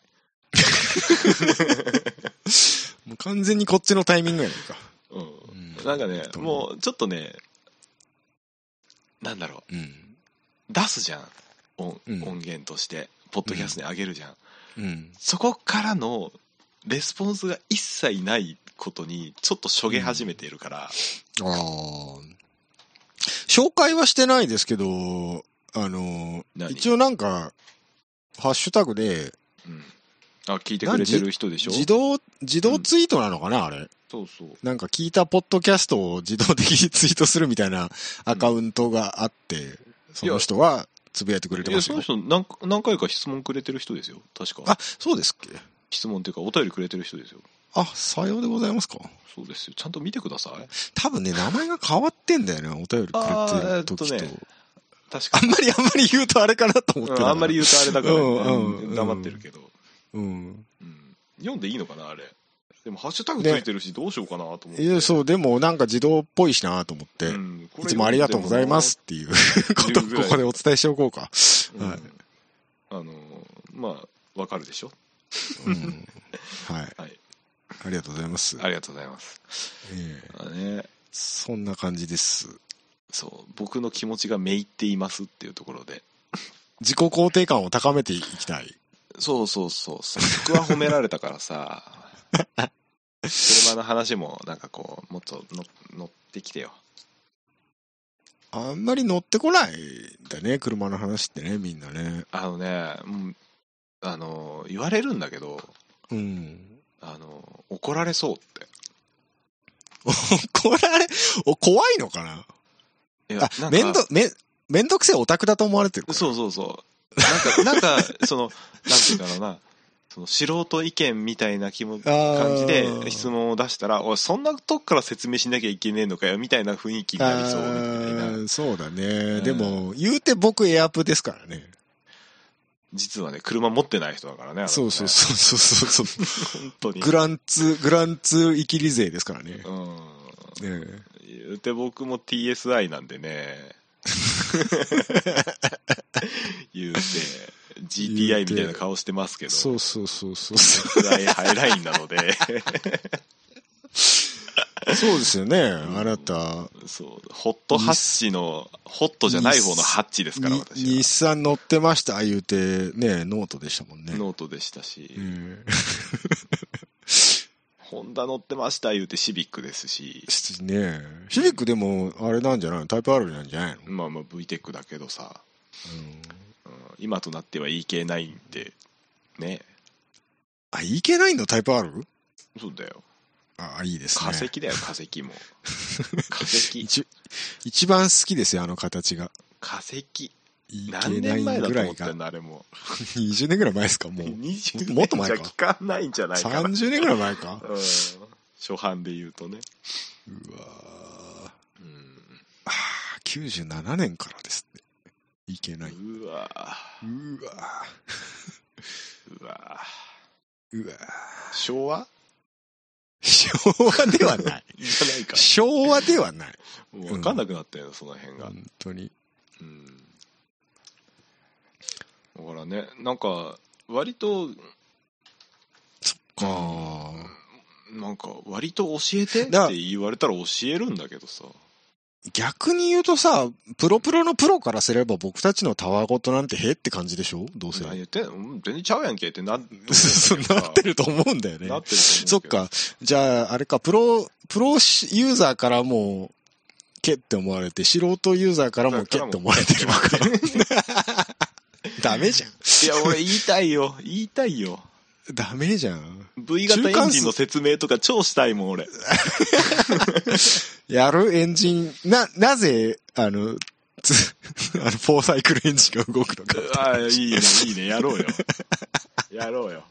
もう完全にこっちのタイミングやないか。
うん
うん
なんかね、
どう
もうちょっとね、なんだろ
うん。
う、出すじゃん、音,、
うん
音源として、ポッドキャストに上げるじゃん。
うん。
そこからのレスポンスが一切ないことに、ちょっとしょげ始めているから、
ああ。紹介はしてないですけど、あの、
何
一応なんか、ハッシュタグで、
うんあ聞いてくれてる人でしょ
自動、自動ツイートなのかな、あれ。
そうそう。
なんか聞いたポッドキャストを自動的にツイートするみたいなアカウントがあって、その人はつぶやいてくれて
い
ま
や、
す
そ
よ
の。人何、何回か質問くれてる人ですよ、確か。
あ、そうですっけ
質問っていうか、お便りくれてる人ですよ。
あ、さようでございますか。
そうですよ。ちゃんと見てください。
多分ね、名前が変わってんだよね、お便りくれてる時と。
あ
あ
ーえっとね確か
んまりあんまり言うとあれかなと思って
う
た
ん、あんまり言うとあれだからね、
うんうん
うん黙ってるけど。
うん。
うん読んでいいのかなあれでもハッシュタグついてるしどうしようかなと思って
いや、そう、でもなんか自動っぽいしなと思って、
んこ
い
れ
つもありがとうございますっていうことをここでお伝えしておこうか。
読んでも
はい
うんあのまあわかるでしょ
うんはい
はい。
ありがとうございます。
ありがとうございます
ええ
あのね
そんな感じです。
そう僕の気持ちがめいっていますっていうところで
自己肯定感を高めていきたい。
そうそうそうそう僕は褒められたからさ車の話もなんかこうもっとの乗ってきてよ
あんまり乗ってこないんだね、車の話ってね、みんなね。
あのねもうあの言われるんだけど
うん。 [LAUGHS]
あの怒られそうって
これあれ、お怖いのかない
やな
あ、
んか
めんど、め、めんどくせえオタクだと思われてるから。
そうそうそう。なんか、なんか、その、なんていうかなな、その素人意見みたいな気も、
あー
感じで質問を出したら、おい、そんなとこから説明しなきゃいけねえのかよ、みたいな雰囲気になりそうみたいな。
あーそうだね、
ん
でも言うて僕エアプですからね
実はね、車持ってない人だからね。あの人ね
そうそうそうそう
[LAUGHS]
そうそう
本当に。
グランツーグランツーイキリ勢ですからね
うん。
ね
言うて僕も TSI なんでね。言うて、GTI みたいな顔してますけど。
そうそうそうそうそ
暗いハイラインなので。
うですよねあなた
そう、ホットハッチの、ホットじゃない方のハッチですから、
に日
私
産乗ってました言うてねノートでしたもんね
は。ノートでしたし、
うん、
ホンダ乗ってました言うてシビックですし、
しね [LAUGHS] シビックでもあれなんじゃないのタイプ R なんじゃないの、
まあまあ VTEC だけどさ、うん今となっては EK9 って、ね、
あ EK9 のタイプ R?
そうだよ。
あいいですね
化石だよ、化石
[LAUGHS]
も。化石、
一一番好きですよあの形が
化石。
いけ
何
な
年前
い
だと
ぐら
思
い
って
が
ん、のあれも
20年ぐらい前ですか、も
う
う。
[LAUGHS] 20年
もっと前
じゃ
か
聞かないんじゃないかな、うん、
30年ぐらい前か。
初版で言うとね、
うわ
うん
あ97年からですね。いけない。
うわ
うわ
うわ
うわ
昭和
昭和ではない。
じゃ [LAUGHS] ないか
昭和ではない。
もう分かんなくなったよな、その辺が
本当に。
うんだからねなんか割と
ああ。
なんか割と教えてっ
だ
て言われたら教えるんだけどさ
逆に言うとさ、プロプロのプロからすれば僕たちのたわごとなんてへって感じでしょどうせ。
何言ってんのうん全然ちゃうやんけってな
[LAUGHS] そうなってると思うんだよね
な。ってる
そっ
と思うけど
か。じゃあ、あれか、プロ、プロユーザーからも、けって思われて、素人ユーザーからもけって思われてるわから。ダメじゃん。
いや俺言いたいよ言いたいよ
ダメじゃん。
V 型エンジンの説明とか超したいもん俺
やるエンジン、な、なぜ、あの、つ [LAUGHS] あの、フォーサイクルエンジンが動くのか。
ああいいねいいねやろ [LAUGHS] うよやろうよ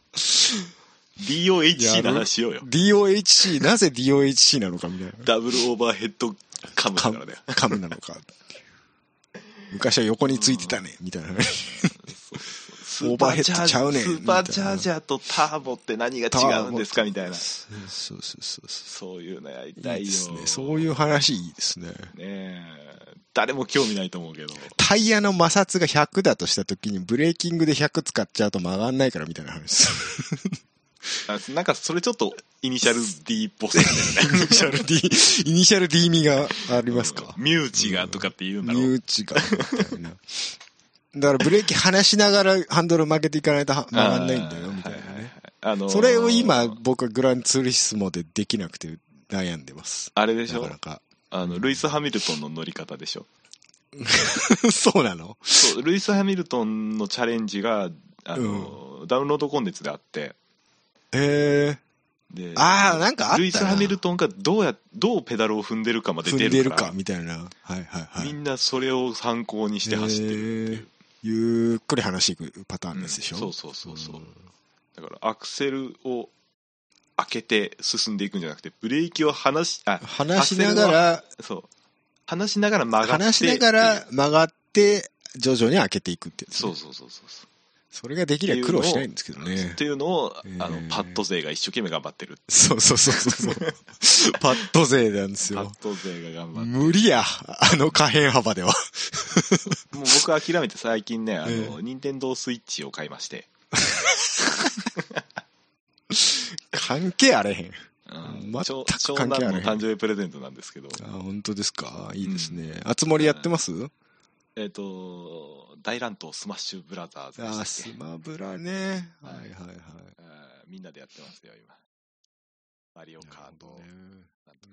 DOHC の話しようよ
DOHC、なぜ DOHC なのかみたいな。
ダブルオーバーヘッドカムだか
カム
らね
カムなのか。昔は横についてたね、みたいな。
ス
オーバーヘッドちゃうねん
スーパーチャージャーとターボって何が違うんですかみたいな。
そうそうそうそ
そういうのやりた
う。
いよ。
いいですね。そういう話いいですね。
ねえ誰も興味ないと思うけど。
タイヤの摩擦が100だとした時にブレーキングで100使っちゃうと曲がんないからみたいな
[LAUGHS]
話です。
あなんかそれちょっとイニシャル D っぽ [LAUGHS] さだよ
イ
ね。
ニシャル D、イニシャル D 味がありますか
身内がとかって言うんだろ
身
う。
内がみたいな。だからブレーキ離しながらハンドル曲げていかないとは曲がんないんだよみたいな
あーはいはいはい
ね。
あのー
それを今僕はグランツーリスモでできなくて悩んでます。
あれで
な
しょ
かなか。
あの、ルイス・ハミルトンの乗り方でし
[LAUGHS]
ょ。
そうなの
そう、ルイス・ハミルトンのチャレンジが、あのーダウンロードコンテンツであって、
へえ。
で
あーなんかあったな
ルイス・ハミルトンがどうやどうペダルを踏んでるかまで出るか
踏
ら
んでるかみたいな。はいはいは
み
い。
んなそれを参考にして走ってるってい
へー
う、
ゆっくり話していくパターンのやつでしょ、
うんそうそうそうそう、
ん
だからアクセルを開けて進んでいくんじゃなくてブレーキを離しあ
話しながら、
そう離しながら曲がって
話しながら曲がって、徐々に開けていくってやつ
そ
ね
うそうそうそうそ
それができりゃ苦労しないんですけど
う、
ね
って。いうのをあ
へー
のパッド勢が一生懸命頑張ってるって
そうそうそう
[LAUGHS]
そう。パッド勢なんです
パ
よ。
ッド勢が頑張って
無理や、あの可変
[LAUGHS]
幅では。
もう僕諦めて最近ねあ
え
の任天堂スイッチを買いまして、
関係あれへん。
うん
全く
長
関
長
係あ
男
る
の誕生日プレゼントなんですけど
あ、本当ですかいいですね。あつ森やってます、
えっ、と、大乱闘スマッシュブラザーズで
あ、
した
ス
っけ
マブラね。は
はいい
はいはい。
あーみんなでやってますよ、今。マリオカート、
なるほどね
なんとか。